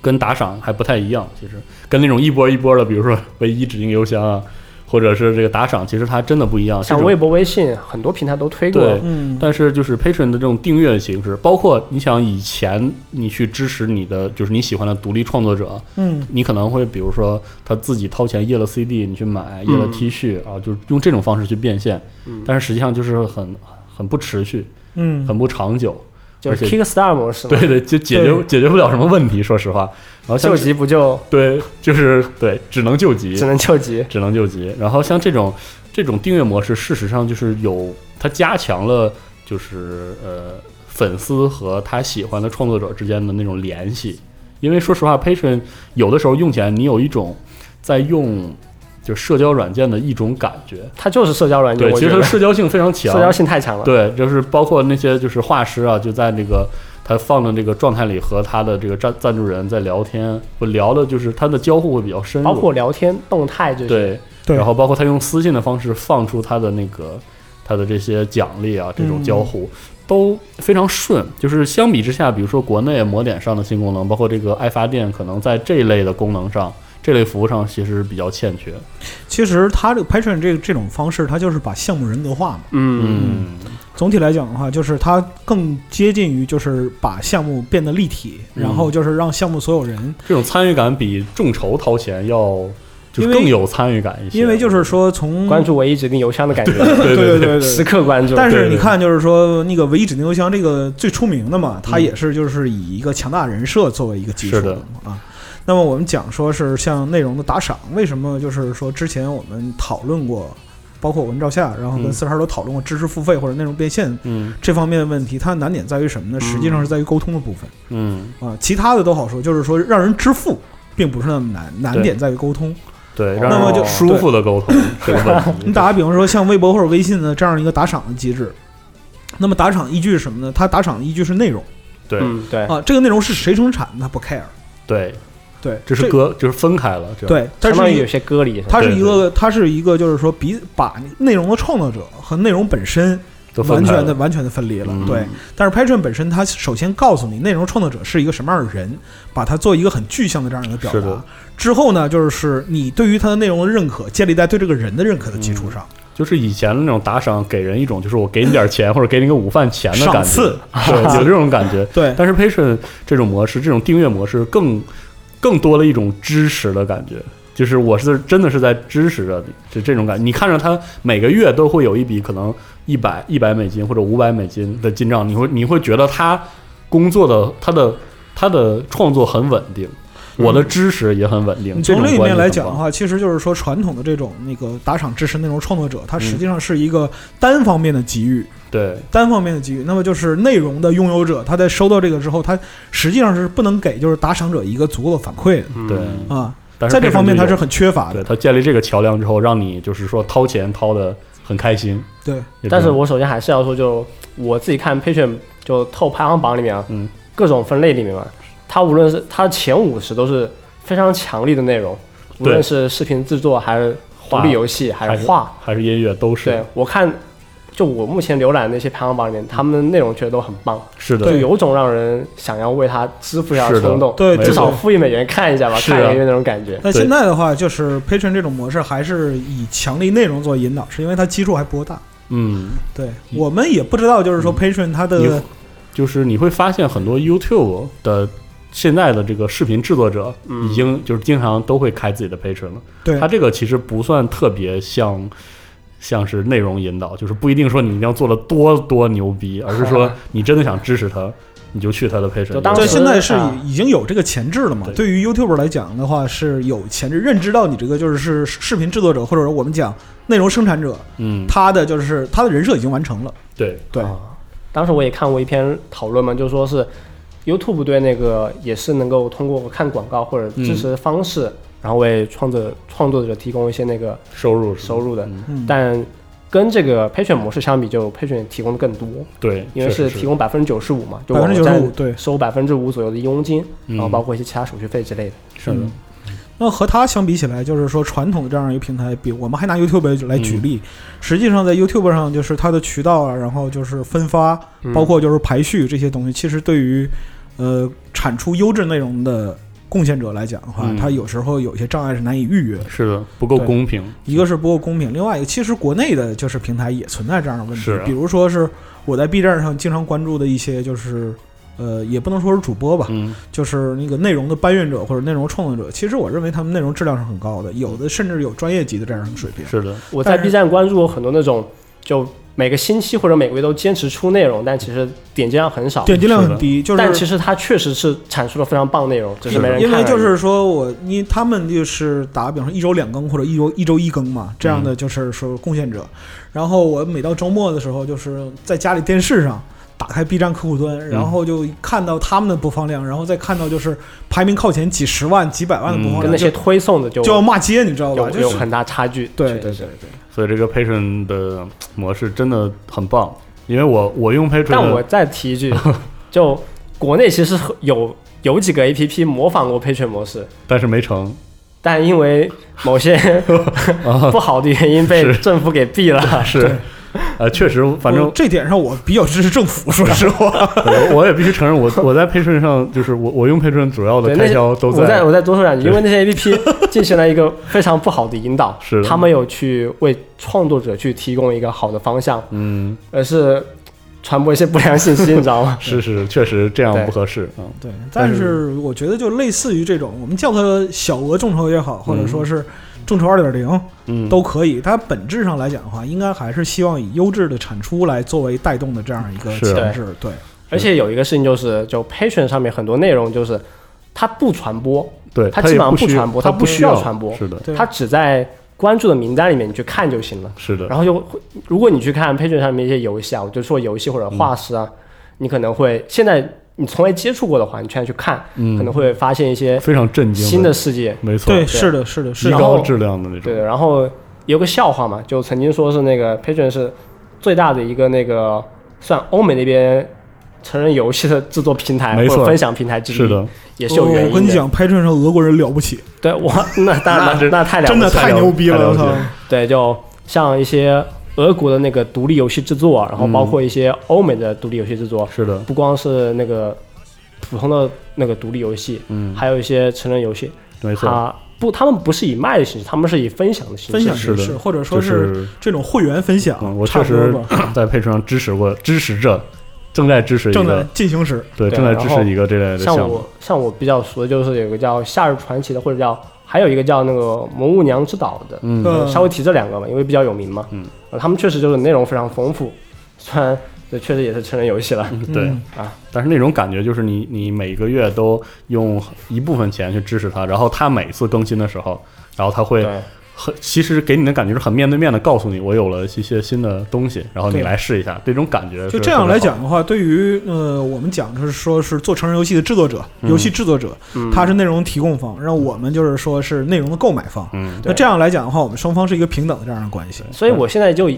S1: 跟打赏还不太一样，其实跟那种一波一波的，比如说 唯一指定邮箱啊，或者是这个打赏，其实它真的不一样。这
S2: 像
S1: 种
S2: 微博、微信很多平台都推过，
S1: 对，
S3: 嗯，
S1: 但是就是 patron 的这种订阅形式，包括你想以前你去支持你的就是你喜欢的独立创作者，
S3: 嗯，
S1: 你可能会比如说他自己掏钱印了 CD，你去买印了
S2: 嗯
S1: T 恤、啊，就是用这种方式去变现，
S2: 嗯
S1: 但是实际上就是很很不持续，
S3: 嗯，
S1: 很不长久。
S2: 就
S1: 而
S2: 是
S1: 且
S2: Kickstarter 模式嘛，
S1: 对对，就解决
S3: 对
S1: 解决不了什么问题，说实话。然后像
S2: 救急不救，
S1: 对，就是对，只能救急
S2: 只，能救急。
S1: 只能救急。然后像这种这种订阅模式，事实上就是有它加强了，就是呃粉丝和他喜欢的创作者之间的那种联系。因为说实话，Patreon 有的时候用起来，你有一种在用就社交软件的一种感觉。
S2: 它就是社交软件，
S1: 对，
S2: 我
S1: 其
S2: 觉
S1: 实它
S2: 得
S1: 的社交性非常强，
S2: 社交性太强了。
S1: 对，就是包括那些就是画师啊，就在这个他放的这个状态里和他的这个赞赞助人在聊天，我聊的就是他的交互会比较深入，
S2: 包括聊天动态这些，
S1: 对，
S3: 对
S1: 然后包括他用私信的方式放出他的那个他的这些奖励啊，这种交互。都非常顺，就是相比之下，比如说国内模点上的新功能，包括这个爱发电，可能在这一类的功能上，这类服务上其实比较欠缺。
S3: 其实它这个 Patreon 这个这种方式，它就是把项目人格化嘛。
S2: 嗯，
S1: 嗯
S3: 总体来讲的话，就是它更接近于就是把项目变得立体，
S1: 嗯
S3: 然后就是让项目所有人，
S1: 这种参与感比众筹掏钱要就是
S3: 因为
S1: 更有参与感一些，
S3: 因为就是说从
S2: 关注唯一指定邮箱的感觉，
S1: 嗯 对
S3: 对
S1: 对
S3: 对
S2: 时
S3: 对。
S2: 刻关注。
S1: 对
S3: 但是
S1: 对
S3: 你
S1: 对
S3: 看，就是说那个唯一指定邮箱这个最出名的嘛，它
S1: 嗯
S3: 也是就是以一个强大人设作为一个基础
S1: 是的
S3: 嘛啊。那么我们讲说是像内容的打赏，为什么就是说之前我们讨论过，包括我跟赵夏，然后跟
S1: 嗯
S3: 四十二都讨论过知识付费或者内容变现
S1: 嗯
S3: 这方面的问题，它难点在于什么呢？实际上是在于沟通的部分。
S1: 嗯，
S3: 啊，其他的都好说，就是说让人支付并不是那么难，难
S1: 对
S3: 点在于沟通。
S1: 对，
S2: 那
S1: 让
S2: 么
S1: 人
S2: 就
S1: 舒服的沟通这个问题。
S3: 你 打个比方说，像微博或者微信的这样一个打赏的机制，那么打赏依据是什么呢？它打赏依据是内容
S1: 对
S2: 嗯，对，
S3: 啊，这个内容是谁生产的，它不 care。
S1: 对，
S3: 对，
S1: 这是割，就是分开了，这
S3: 对，它
S2: 相
S3: 是
S2: 当于
S3: 一
S2: 有
S3: 个
S2: 些割离。
S3: 它是一
S1: 对
S3: 个它是一个就是说比把内容的创作者和内容本身
S1: 都分
S3: 完
S1: 开
S3: 全的
S1: 了。
S3: 完全的分离了。
S1: 嗯
S3: 对，但是 Patreon 本身它首先告诉你内容创作者是一个什么样的人，把它做一个很具象的这样一个表
S1: 是
S3: 达
S1: 的。
S3: 之后呢，就是你对于它的内容的认可，建立在对这个人的认可的基
S1: 嗯
S3: 础上。
S1: 就是以前的那种打赏，给人一种就是我给你点钱或者给你个午饭钱的
S3: 赏
S1: 感觉
S3: 赐，
S1: 对，有这种感觉。
S3: 对，
S1: 但是 Patreon 这种模式，这种订阅模式更更多了一种支持的感觉，就是我是真的是在支持着你，就这种感觉。你看着他每个月都会有一笔可能一百一百美金或者五百美金的进账，你会你会觉得他工作的他的他的创作很稳定，我的支持也很稳定。
S3: 你
S1: 这
S3: 嗯从
S1: 种
S3: 另一
S1: 关
S3: 面
S1: 系
S3: 来
S1: 很
S3: 讲的
S1: 棒，
S3: 话，其实就是说传统的这种那个打赏支持内容创作者，
S1: 嗯
S3: 它实际上是一个单方面的给予，
S1: 对
S3: 单方面的给予。那么就是内容的拥有者，他在收到这个之后，他实际上是不能给就是打赏者一个足够的反馈的
S2: 嗯
S1: 对。
S3: 啊，
S1: 但是
S3: 在这
S1: Patreon
S3: 方面
S1: 就
S3: 它
S1: 有
S3: 是很缺乏
S1: 对
S3: 的。
S1: 他建立这个桥梁之后，让你就是说掏钱掏的很开心。
S3: 对，
S1: 也
S2: 但
S1: 这
S2: 是
S1: 样
S2: 我首先还是要说就，我自己看 Patreon 就透排行榜里面啊，
S1: 嗯
S2: 各种分类里面嘛，它无论是它前五十都是非常强力的内容，无
S1: 对
S2: 论是视频制作还是独立游戏还
S1: 还
S2: 是
S1: 是
S2: 画，
S1: 还是音乐都是
S2: 对我看。就我目前浏览那些排行榜里面，他们的内容确实都很棒，
S1: 是
S2: 就
S1: 的，
S2: 有种让人想要为它支付一下
S1: 是
S2: 的
S1: 的
S2: 冲动，
S3: 对
S1: 没
S2: 至
S1: 错
S2: 少付一美元看一下吧，
S1: 是啊
S2: 看一个月那种感觉。
S3: 但
S1: 对
S3: 现在的话，就是 Patreon 这种模式还是以强力内容做引导，是因为它基数还不够大。
S1: 嗯，
S3: 对我们也不知道，就是说 Patreon 它的
S1: 你就是你会发现很多 YouTube 的现在的这个视频制作者
S2: 嗯
S1: 已经就是经常都会开自己的 Patreon 了。
S3: 对
S1: 他这个其实不算特别像。像是内容引导，就是不一定说你一定要做的多多牛逼，而是说你真的想支持他，你就去他的 Patreon 里面。
S2: 啊就当
S3: 对
S2: 时
S3: 现在是
S2: 啊
S3: 已已经有这个前置了嘛？
S1: 对
S3: 对于 YouTube 来讲的话，是有前置认知到你这个就是视频制作者或者说我们讲内容生产者，
S1: 嗯，
S3: 他的就是他的人设已经完成了。
S1: 对，
S3: 对
S2: 啊，当时我也看过一篇讨论嘛，就是说是 YouTube 对那个也是能够通过看广告或者支持方式，
S3: 嗯
S2: 然后为创作创作者提供一些那个，
S1: 收入是
S2: 收入的
S1: 嗯
S3: 嗯，
S2: 但跟这个 Patreon 模式相比，就 Patreon 提供的更多，
S1: 对，
S2: 因为
S1: 确
S2: 是
S1: 实
S2: 提供百分之九十五嘛，就
S3: 百
S2: 网
S3: 分之九十五
S2: 站
S3: 对，
S2: 收百分之五左右的佣金，
S1: 嗯
S2: 然后包括一些其他手续费之类的。
S1: 是的
S3: 嗯，那和它相比起来，就是说传统的这样一个平台，比我们还拿 YouTube 来举
S1: 嗯
S3: 例，实际上在 YouTube 上就是它的渠道啊，然后就是分发，啊
S2: 嗯
S3: 包括就是排序这些东西，其实对于呃产出优质内容的贡献者来讲的话，
S1: 嗯
S3: 它有时候有些障碍是难以逾越的。
S1: 是的，不够
S3: 对
S1: 公平。
S3: 一个是不够公平，另外一个其实国内的就是平台也存在这样的问题，
S1: 是啊
S3: 比如说是我在 B 站上经常关注的一些就是。呃，也不能说是主播吧，
S1: 嗯，
S3: 就是那个内容的搬运者或者内容创作者，其实我认为他们内容质量是很高的，有的甚至有专业级的这样的水平。
S1: 是的，
S2: 我在
S3: 但是
S2: B 站关注过很多那种就。每个星期或者每个月都坚持出内容，但其实点击量很
S1: 啊
S2: 少。
S3: 点击量很低，就是
S2: 但其实它确实是产出了非常棒的内容，只是没人看
S3: 因
S2: 而
S3: 为
S2: 已。
S3: 就是说我你他们就是打个比方说一周两更或者一周一周一更嘛，
S2: 嗯
S3: 这样的就是说贡献者。然后我每到周末的时候，就是在家里电视上打开 B 站客
S2: 嗯
S3: 户端，然后就看到他们的播放量，然后再看到就是排名靠前几十万、几百万的播放
S2: 嗯跟
S3: 量，
S2: 那些
S3: 就
S2: 推送的就
S3: 就要骂街，你知道吧？
S2: 有
S3: 就
S2: 有
S3: 是
S2: 很大差距。
S3: 对
S2: 确
S3: 对
S2: 实
S3: 对
S2: 是。
S3: 对。
S1: 所以这个 Patron 的模式真的很棒，因为我我用 Patron，
S2: 但我再提一句，就国内其实有有几个 A P P 模仿过 Patreon 模式，
S1: 但是没成
S2: 但因为某些
S1: 啊，哦
S2: 不好的原因被
S1: 是
S2: 政府给毙了。
S1: 是呃，确实，反正
S3: 我这点上我比较支持政府，说实话。
S1: 我我也必须承认，我我在 Patreon 上就是我我用 Patreon 主要的
S2: 对，那
S1: 开
S2: 些
S1: 销都
S2: 我再我再多说两句，
S1: 对
S2: 因为那些 A P P 进行了一个非常不好的引导，
S1: 是的
S2: 他们有去为创作者去提供一个好的方向，
S1: 嗯，
S2: 而是传播一些不良信息，你知道吗？
S1: 是是，确实这样
S2: 对
S1: 不合适啊。
S3: 对，
S2: 但
S3: 但
S2: 是
S3: 是我觉得就类似于这种，我们叫它小额众筹也好，或者说是众筹二点零
S1: 嗯，
S3: 都可以。它本质上来讲的话，应该还是希望以优质的产出来作为带动的这样一个
S1: 是
S3: 前置。对，
S2: 而且有一个事情就是，就 Patreon 上面很多内容就是它不传播，
S1: 对，
S2: 它
S1: 也
S2: 基本上
S1: 不
S2: 不
S1: 需
S2: 传播
S1: 它
S2: 它
S1: 不
S2: 不需要
S1: 要
S2: 传播
S1: 是的，
S3: 对
S2: 它只在关注的名单里面你去看就行了。
S1: 是的，
S2: 然后就会，如果你去看 Patreon 上面一些游戏啊，我就说游戏或者画师
S1: 嗯
S2: 啊，你可能会现在你从未接触过的话，你现在去看，
S1: 嗯
S2: 可能会发现一些
S1: 非常震惊，
S2: 新的，世界。
S1: 没错，
S3: 对，是的，是的，是
S1: 极
S3: 哦
S2: 然
S3: 的。
S2: 后
S1: 高质量的那种，
S2: 对，然后有个笑话嘛，就曾经说是那个 Patreon 是最大的一个那个算欧美那边成人游戏的制作平台
S1: 没
S2: 或
S1: 错
S2: 者分享平台之一，
S1: 是的，
S2: 也是有原因的。
S3: 我哦跟你讲，拍春上俄国人了不起，
S2: 对我那当然那那太了不
S3: 真
S2: 起
S3: 的
S2: 了，
S3: 太牛逼了！
S1: 了
S3: 我
S1: 解
S3: 操，
S2: 对，就像一些俄国的那个独立游戏制作啊，然后包
S1: 嗯
S2: 括一些欧美的独立游戏制作，
S1: 是的，
S2: 不光是那个普通的那个独立游戏，
S1: 嗯，
S2: 还有一些成人游戏，
S1: 没错，
S2: 它不，他们不是以卖的形式，他们是以分享的形
S3: 分
S2: 式。
S3: 享
S1: 是
S3: 形
S1: 的
S3: 式，或者说
S1: 就是是
S3: 这种会员分享
S1: 嗯，我
S3: 差
S1: 确
S3: 不多
S1: 实
S3: 吧。
S1: 在 Patreon 上支持过，支持着，正在支持一
S3: 正在
S1: 个，
S3: 进行时，
S1: 对，
S2: 对
S1: 正在
S2: 然
S1: 支
S2: 后
S1: 持一个这类的
S2: 像
S1: 项目
S2: 我，像我比较熟的就是有个叫《夏日传奇》的，或者叫还有一个叫那个《魔物娘之岛》的，
S1: 嗯，
S3: 呃
S2: 稍微提这两个吧，因为比较有名嘛。
S1: 嗯
S2: 呃，他们确实就是内容非常丰富，虽然这确实也是成人游戏了。
S1: 嗯对
S3: 嗯
S2: 啊，
S1: 但是那种感觉就是你你每个月都用一部分钱去支持他，然后他每次更新的时候，然后他会
S2: 对
S1: 很其实给你的感觉是很面对面的告诉你我有了一些新的东西，然后你
S3: 对
S1: 来试一下，这种感觉
S3: 就是这样
S1: 特别
S3: 来
S1: 好，
S3: 讲的话，对于呃我们讲就是说是做成人游戏的制作者、
S1: 嗯
S3: 游戏制作者，
S2: 嗯
S3: 他是内容提供方，让我们就是说是内容的购买方。
S1: 嗯，
S3: 那这样来讲的话，我们双方是一个平等的这样的关系。
S2: 所以我现在就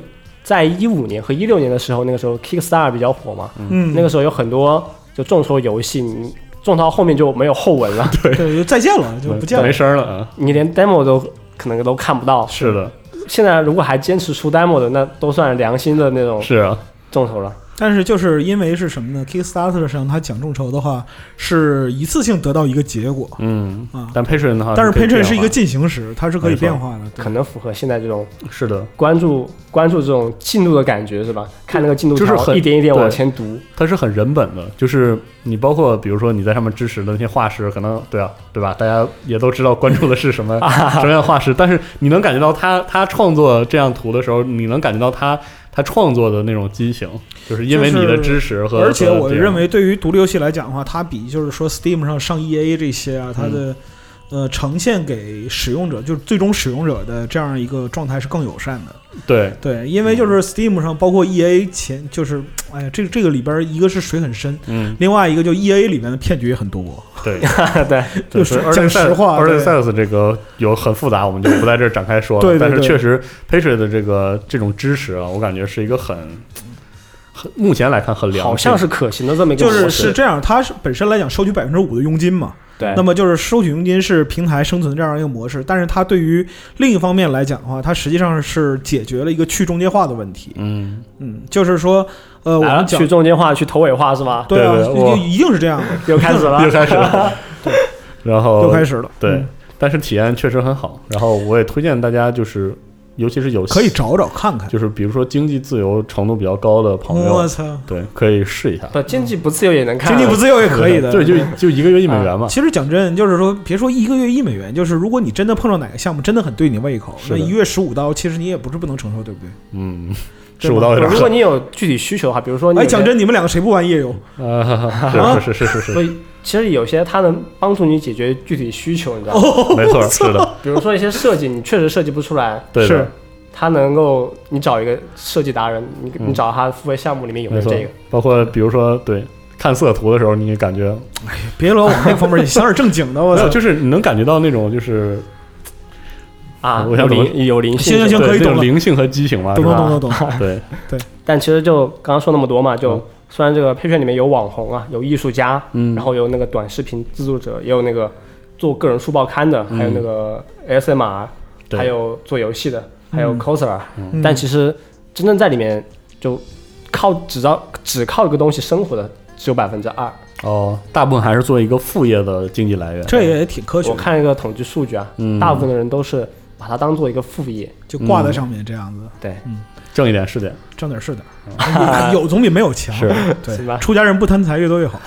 S2: 在一五年和一六年的时候，那个时候 Kickstarter 比较火嘛，
S3: 嗯，
S2: 那个时候有很多就众筹游戏，你众筹到后面就没有后文了，
S3: 对就再见了，就不见了
S1: 没。声儿了啊，
S2: 你连 demo 都可能都看不到。
S1: 是的，
S2: 现在如果还坚持出 demo 的，那都算良心的那种
S1: 是啊，
S2: 众筹了。
S3: 但是就是因为是什么呢？Kickstarter 上它讲众筹的话，是一次性得到一个结果
S1: 嗯，
S3: 啊，
S1: 但 Patreon 的话
S3: 但
S1: 可以
S3: 是
S1: 变化，
S3: Patreon 是一个进行时，它是可以
S1: 没错
S3: 变化的。对
S2: 可能符合现在这种
S1: 是的，
S2: 关注关注这种进度的感觉是吧？看那个进度
S1: 就是
S2: 条
S1: 很
S2: 一点一点
S1: 对
S2: 往前读，
S1: 它是很人本的，就是你包括比如说你在上面支持的那些画师，可能对啊，对吧？大家也都知道关注的是什么
S3: 啊
S1: 什么样的画师，但是你能感觉到他他创作这样图的时候，你能感觉到他他创作的那种激情，就是因为
S3: 就是
S1: 你的支持和
S3: 而且
S1: 和
S3: 我
S1: 别人
S3: 认为，对于独立游戏来讲的话，它比就是说 Steam 上
S1: 嗯
S3: 上 EA 这些啊，它的、呃呈现给使用者，就是最终使用者的这样一个状态是更友善的。
S1: 对
S3: 对，
S1: 嗯
S3: 因为就是 Steam 上包括 EA 前就是，哎呀，这这个里边一个是水很深，
S1: 嗯
S3: 另外一个就 EA 里面的骗局也很多。
S1: 对，
S2: 对，
S1: 对
S3: 就是
S1: 而且
S3: 讲实话
S1: 而且
S3: 对
S1: Sales 这个有很复杂，我们就不在这儿展开说了。
S3: 对对
S1: 但是
S3: 对
S1: 确实 Patreon 的这个这种支持啊，我感觉是一个很很目前来看很良性，
S2: 好像是可行的这么一个
S3: 就
S2: 模式。
S3: 是是这样，它是本身来讲收取百分之五的佣金嘛，
S1: 哎
S2: 对
S3: 那么就是收取佣金是平台生存这样一个模式，但是它对于另一方面来讲的话，它实际上是解决了一个去中介化的问题。
S1: 嗯。
S3: 嗯，就是说，呃，我
S2: 来了
S3: 们讲
S2: 去中间化，去头尾化是吧？
S3: 对啊，
S1: 啊对对我
S3: 就一定是这样的，
S2: 又开始 了
S1: 又，开始了，然后
S3: 又开始了。
S1: 对
S3: 嗯，
S1: 但是体验确实很好。然后我也推荐大家，就是尤其是有
S3: 可以，找找看看。
S1: 就是比如说经济自由程度比较高的朋
S3: 我
S1: 友，
S3: 操，
S1: 对，可以试一下。
S2: 不，经济不自由也能看，啊
S3: 经济不自由也可以的。啊
S1: 对，就就一个月一美元嘛。
S3: 其实讲真，就是说，别说一个月一美元，就是如果你真的碰到哪个项目真的很对你胃口，
S1: 是的
S3: 那一月十五刀，其实你也不是不能承受，对不对？
S1: 嗯，
S3: 对
S1: 十五刀有点
S2: 如 果
S1: 狠。
S2: 你有具体需求的话，比如说你
S3: 哎，
S2: 有些
S3: 讲，真，你们两个谁不玩夜游？
S1: 啊，是是是是
S2: 所
S1: 是，
S2: 以其实有些它能帮助你解决具体需求，你知道吗？
S3: 哦，
S1: 没 错，是的，
S2: 比如说一些设计，你确实设计不出来，
S1: 对
S3: 是
S1: 的，
S2: 它能够你找一个设计达人，你你找他付费项目里面有没
S1: 嗯没
S2: 有
S1: 错
S2: 这个？。
S1: 包括比如说，对，看色图的时候，你也感觉
S3: 别老往那方面去，想点正经的，我
S1: 没有，
S3: 操！
S1: 就是你能感觉到那种就是
S2: 啊，
S1: 我
S2: 有
S1: 想怎么
S2: 灵有灵性
S3: 行行
S2: 这
S3: 行
S2: 种。
S3: 可
S1: 对
S3: 以
S1: 那
S3: 懂
S1: 种
S3: 了
S1: 灵性和激情嘛，
S3: 懂
S1: 是
S3: 懂
S1: 吧？
S3: 懂懂懂，
S1: 对，
S2: 但其实就刚刚说那么多嘛，就
S1: 嗯
S2: 虽然这个配券里面有网红啊，有艺术家，
S1: 嗯，
S2: 然后有那个短视频制作者，也有那个做个人书报刊的，还有那个 SMR，
S1: 嗯对
S2: 还有做游戏的，还有
S3: 嗯
S2: coser，啊
S3: 嗯
S2: 但其实真正在里面就靠只靠只靠一个东西生活的只有百分之二。
S1: 哦，大部分还是做一个副业的经济来源。
S3: 这也挺科学
S2: 我
S3: 的，
S2: 看一个统计数据啊，
S1: 嗯
S2: 大部分的人都是把它当做一个副业。
S3: 就挂在上面这样子，
S2: 对，
S1: 挣一点是点，
S3: 挣点是点儿，有有总比没有强。
S1: 是
S2: 是
S3: 对，
S2: 吧
S3: 出家人不贪财，越多越好。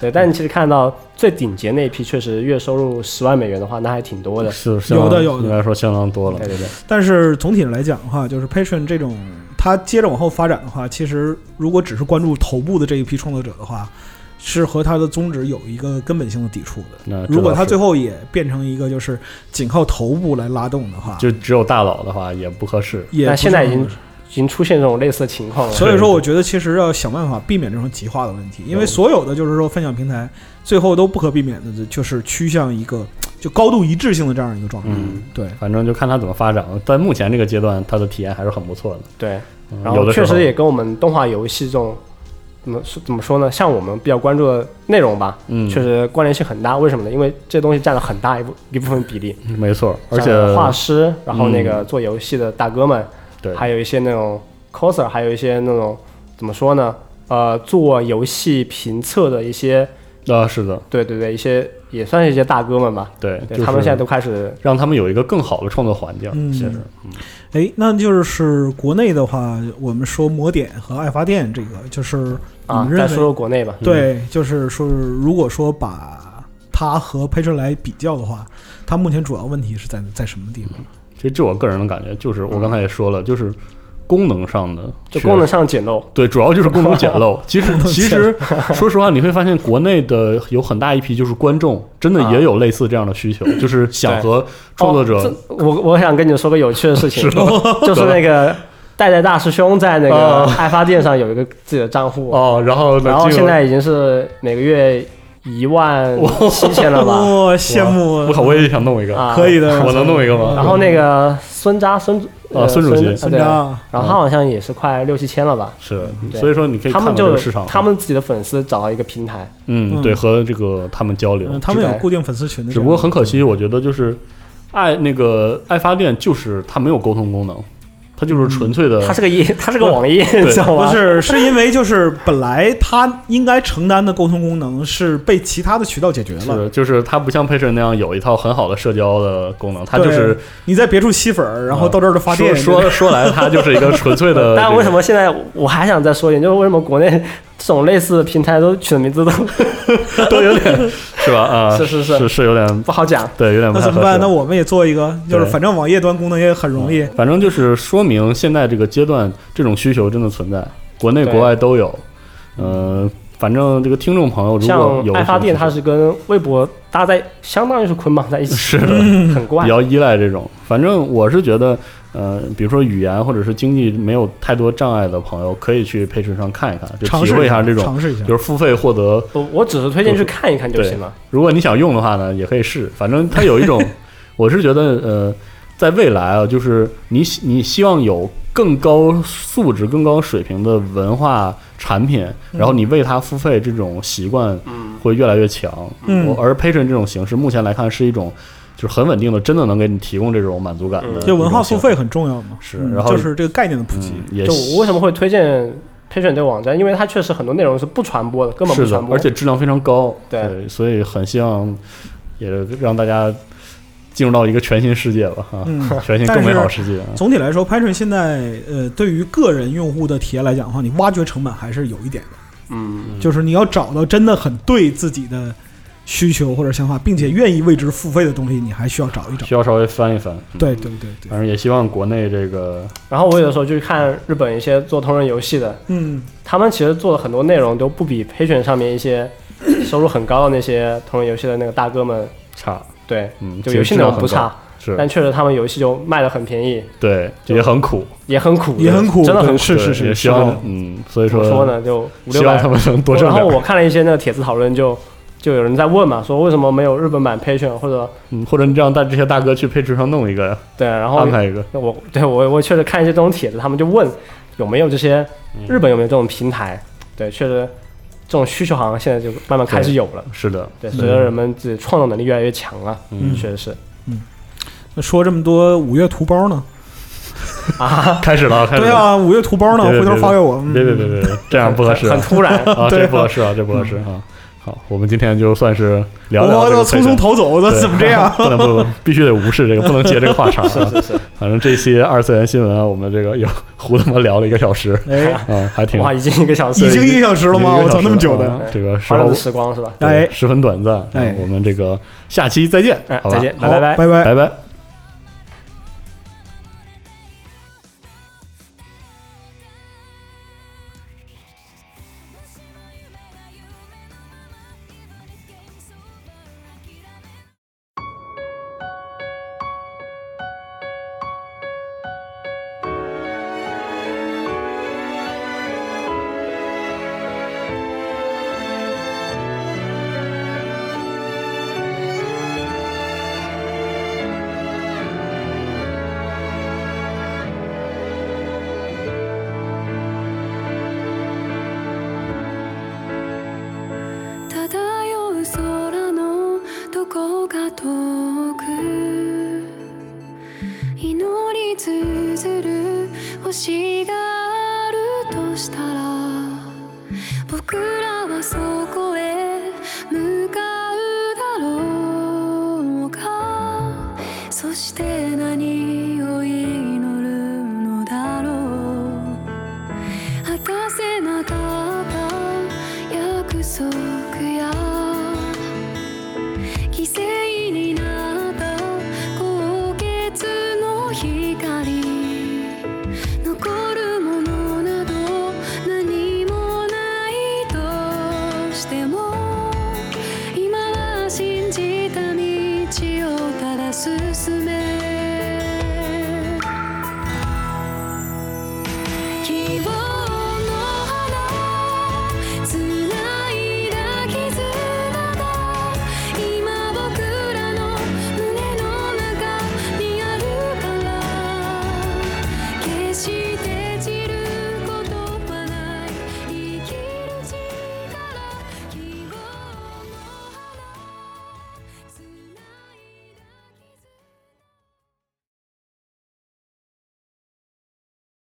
S2: 对，但你其实看到最顶级那一批，确实月收入十万美元的话，那还挺多的。
S1: 是相当
S3: 有的有的
S1: 应该说相当多了
S2: 对。对对，
S3: 但是总体上来讲的话，就是 Patreon 这种，它接着往后发展的话，其实如果只是关注头部的这一批创作者的话，是和它的宗旨有一个根本性的抵触的。
S1: 那
S3: 如果它
S1: 他
S3: 最后也变成一个就是仅靠头部来拉动的话，
S1: 就只有大佬的话也不合适。
S3: 也
S2: 那
S3: 不是
S2: 现在
S3: 很
S2: 已经已经出现这种类似的情况了。
S3: 所以说，我觉得其实要想办法避免这种极化的问题，
S1: 哦
S3: 因为所有的就是说分享平台最后都不可避免的就是趋向一个就高度一致性的这样一个状态。
S1: 嗯，
S3: 对，
S1: 反正就看他怎么发展了。在目前这个阶段，他的体验还是很不错的。
S2: 对，
S1: 嗯
S2: 然
S1: 有
S2: 后
S1: 的时
S2: 确
S1: 候
S2: 实也跟我们动画游戏这种怎么说怎么说呢？像我们比较关注的内容吧，
S1: 嗯，
S2: 确实关联性很大。为什么呢？因为这东西占了很大一部一部分比例，
S1: 没错，而且
S2: 像画师，然后那个
S1: 嗯
S2: 做游戏的大哥们，
S1: 对啊
S2: 还有一些那种 coser，还有一些那种怎么说呢？呃，做游戏评测的一些，
S1: 啊是的，
S2: 对对对，一些也算是一些大哥们吧。
S1: 对，
S2: 对
S1: 就是
S2: 他们现在都开始
S1: 让他们有一个更好的创作环境。
S3: 嗯
S1: 其实，嗯
S3: 哎，那就是国内的话，我们说魔点和爱发电这个，就是
S1: 嗯
S3: 你
S2: 啊
S3: 们，认
S2: 再
S3: 为、
S2: 说说国内吧。
S3: 对，就是说如果说把它和 p a 来比较的话，它目前主要问题是在在什么地方？
S1: 其实就我个人的感觉，就是我刚才也说了，就是功能上的
S2: 就
S1: 缺
S2: 功能上的简陋，
S1: 对，主要就是功能简 陋。其实，
S3: 能
S1: 其实说实话，你会发现国内的有很大一批就是观众，真的也有类似这样的需求，就是想和创作者
S2: 哦这我我想跟你说个有趣的事情， 就是那个 代代大师兄在那个
S1: 哦
S2: 爱发电上有一个自己的账户，
S1: 哦，然后呢
S2: 然后
S1: 进入
S2: 现在已经是每个月一万七千了吧？
S3: 哇、哦羡慕啊
S1: 我靠，我也想弄一个，
S2: 啊，
S3: 可以的，啊
S1: 我能弄一个吗？
S2: 然后那个孙扎孙
S1: 啊孙主席
S2: 啊
S3: 三
S2: 对，
S3: 张。
S2: 然后他好像也是快六七千了吧？
S1: 是，
S2: 嗯对
S1: 所以说你可以
S2: 他
S1: 看到
S2: 们
S1: 这
S2: 就
S1: 个市场，啊
S2: 他们自己的粉丝找到一个平台，
S1: 嗯，
S3: 嗯
S1: 对，和这个他们交流
S3: 嗯，，他们有
S2: 只在
S3: 固定粉丝群的这样，
S1: 只不过很可惜，我觉得就是爱那个爱发电，就是它没有沟通功能，它就是纯粹的，
S2: 嗯它是个 页，它是个网页，
S1: 呃对
S2: 你知道
S3: 不
S2: 吗？
S3: 是，是因为就是本来它应该承担的沟通功能是被其他的渠道解决了。
S1: 是就是它不像 p a t r e o n 那样有一套很好的社交的功能，它
S3: 对
S1: 就是
S3: 你在别处吸粉儿，然后
S1: 啊
S3: 到这儿就发电，
S1: 说 说说来，它就是一个纯粹 的。
S2: 但为什？么现在我还想再说一点，就是为什么国内这种类似的平台都取的名字都
S1: 都有点是吧？啊，
S2: 是是是
S1: 是有点
S2: 不好讲？
S1: 对，有点不
S3: 那
S1: 太
S3: 怎么
S1: 合
S3: 办？
S1: 适
S3: 那我们也做一个，就是
S1: 对啊
S3: 反正网页端功能也很容易。
S1: 反正就是说明现在这个阶段，这种需求真的存在，国内
S2: 对
S1: 国外都有。呃，反正这个听众朋友如果
S2: 像
S1: 有
S2: 爱发电，
S1: 什么
S2: 它是跟微博搭在，相当于是捆绑在一起，
S1: 是的
S3: 嗯
S2: 很怪
S1: 比。较依赖这种。反正我是觉得，呃，比如说语言或者是经济没有太多障碍的朋友，可以去配置上看一看，就
S3: 尝
S1: 体
S3: 试
S1: 会一下这种，
S3: 尝试一下
S1: 就。是付费获得。
S2: 我我只是推荐去看一看就
S1: 对
S2: 行了。
S1: 如果你想用的话呢，也可以试。反正它有一 种，我是觉得，呃，在未来啊，就是你希你希望有更高素质、更高水平的文化产品，然后你为它付费，这种习惯
S2: 嗯，
S1: 会越来越强。
S3: 嗯
S1: 我而 Patreon 这种形式，目前来看是一种。就是很稳定的，真的能给你提供这种满足感的
S2: 嗯
S1: 一种形式。
S3: 就文化付费很重要嘛，
S1: 是
S3: 嗯
S1: 然后
S3: 就是这个概念的普及。
S1: 嗯，也
S2: 就是我为什么会推荐 Patreon 这个网站？因为它确实很多内容是不传播的，根本
S1: 是
S2: 不
S1: 的
S2: 传，播。
S1: 而且质量非常高，
S2: 对
S1: 所以很希望也让大家进入到一个全新世界吧，哈、
S3: 嗯
S1: 全新
S3: 但
S1: 更美
S3: 是
S1: 好世界啊。
S3: 总体来说，Patreon 现在呃，对于个人用户的体验来讲的话，你挖掘成本还是有一点的，
S2: 嗯，
S3: 就是你要找到真的很对自己的需求或者想法，并且愿意为之付费的东西，你还需要找一找。
S1: 需要稍微翻一翻，嗯
S3: 对对对对，
S1: 反正也希望国内这个
S2: 然后我有的时候去看日本一些做同人游戏的，
S3: 嗯，
S2: 他们其实做的很多内容都不比 Patreon 上面一些收入很高的那些同人游戏的那个大哥们，
S1: 差，
S2: 对，
S1: 嗯，
S2: 就
S1: 其
S2: 游
S1: 实
S2: 戏
S1: 质
S2: 内
S1: 量
S2: 容不
S1: 很高，
S2: 差，但
S1: 是，
S2: 确实他们游戏就卖的很便宜，
S1: 对，
S2: 就
S1: 也很苦，
S2: 也很苦，
S3: 也很苦，
S2: 真的
S3: 对
S2: 很苦。
S3: 是
S1: 对
S3: 是是，
S1: 也希
S3: 是
S1: 望
S3: 的，
S1: 嗯，所以
S2: 怎
S1: 说
S2: 么说呢？就五六
S1: 希望
S2: 百
S1: 他。们能多挣
S2: 然后
S1: 点
S2: 我
S1: 儿，
S2: 看了一些那个帖子讨论就，就有人在问嘛，说为什么没有日本版 Patreon 或者
S1: 嗯，或者你让大这些大哥去配置上弄一个，
S2: 对，然后
S1: 安排一个，
S2: 我对我我确实看一些这种帖子，他们就问有没有这些
S1: 嗯
S2: 日本有没有这种平台，对，确实这种需求好像现在就慢慢开始有了。
S1: 是的，
S2: 对，随着人们自己创造能力越来越强了，啊
S1: 嗯
S2: 确实是。
S3: 那说这么多五月图包呢？
S2: 啊，
S1: 开始 了，开始
S3: 对
S1: 了。
S3: 啊，五月图包呢，
S1: 对对
S3: 回头
S1: 对
S3: 发给我。嗯
S1: 别别别别，别这样不合适
S2: 很嗯
S1: 啊！
S2: 突然。
S1: 啊，
S3: 对
S1: 这
S3: 啊
S1: 不合适啊，这不合适啊！好，我们今天就算是聊
S3: 我
S1: 聊
S3: 妈
S1: 这
S3: 的
S1: 个
S3: 匆
S1: 退
S3: 匆
S1: 场。
S3: 逃走，我
S1: 对
S3: 怎么这 样？
S1: 不能不能，必须得无视这个，不能接这个话 茬啊！
S2: 是是，
S1: 反正这期二次元新闻啊，我们这个又胡他妈聊了一个小时
S3: 哎，
S1: 啊，还 挺
S2: 哇，已经一个小时
S3: 已
S2: 了，
S3: 经一个小时了吗？
S1: 一
S3: 我
S1: 个小
S3: 操，
S1: 时
S3: 那么久
S1: 了
S3: 的，
S1: 啊这个时
S2: 欢乐
S1: 候
S2: 的时光是吧？
S1: 对
S3: 哎
S1: 十分短暂。啊
S3: 哎
S1: 我们这个下期再见，
S2: 哎
S1: 好，吧
S2: 再见，
S3: 好
S2: 拜拜。
S3: 拜拜。
S1: 拜拜。
S4: 漂う空のどこか遠く祈り綴る星があるとしたら僕らはそこへ向かうだろうかそして何を祈るのだろう果たせなかった約束や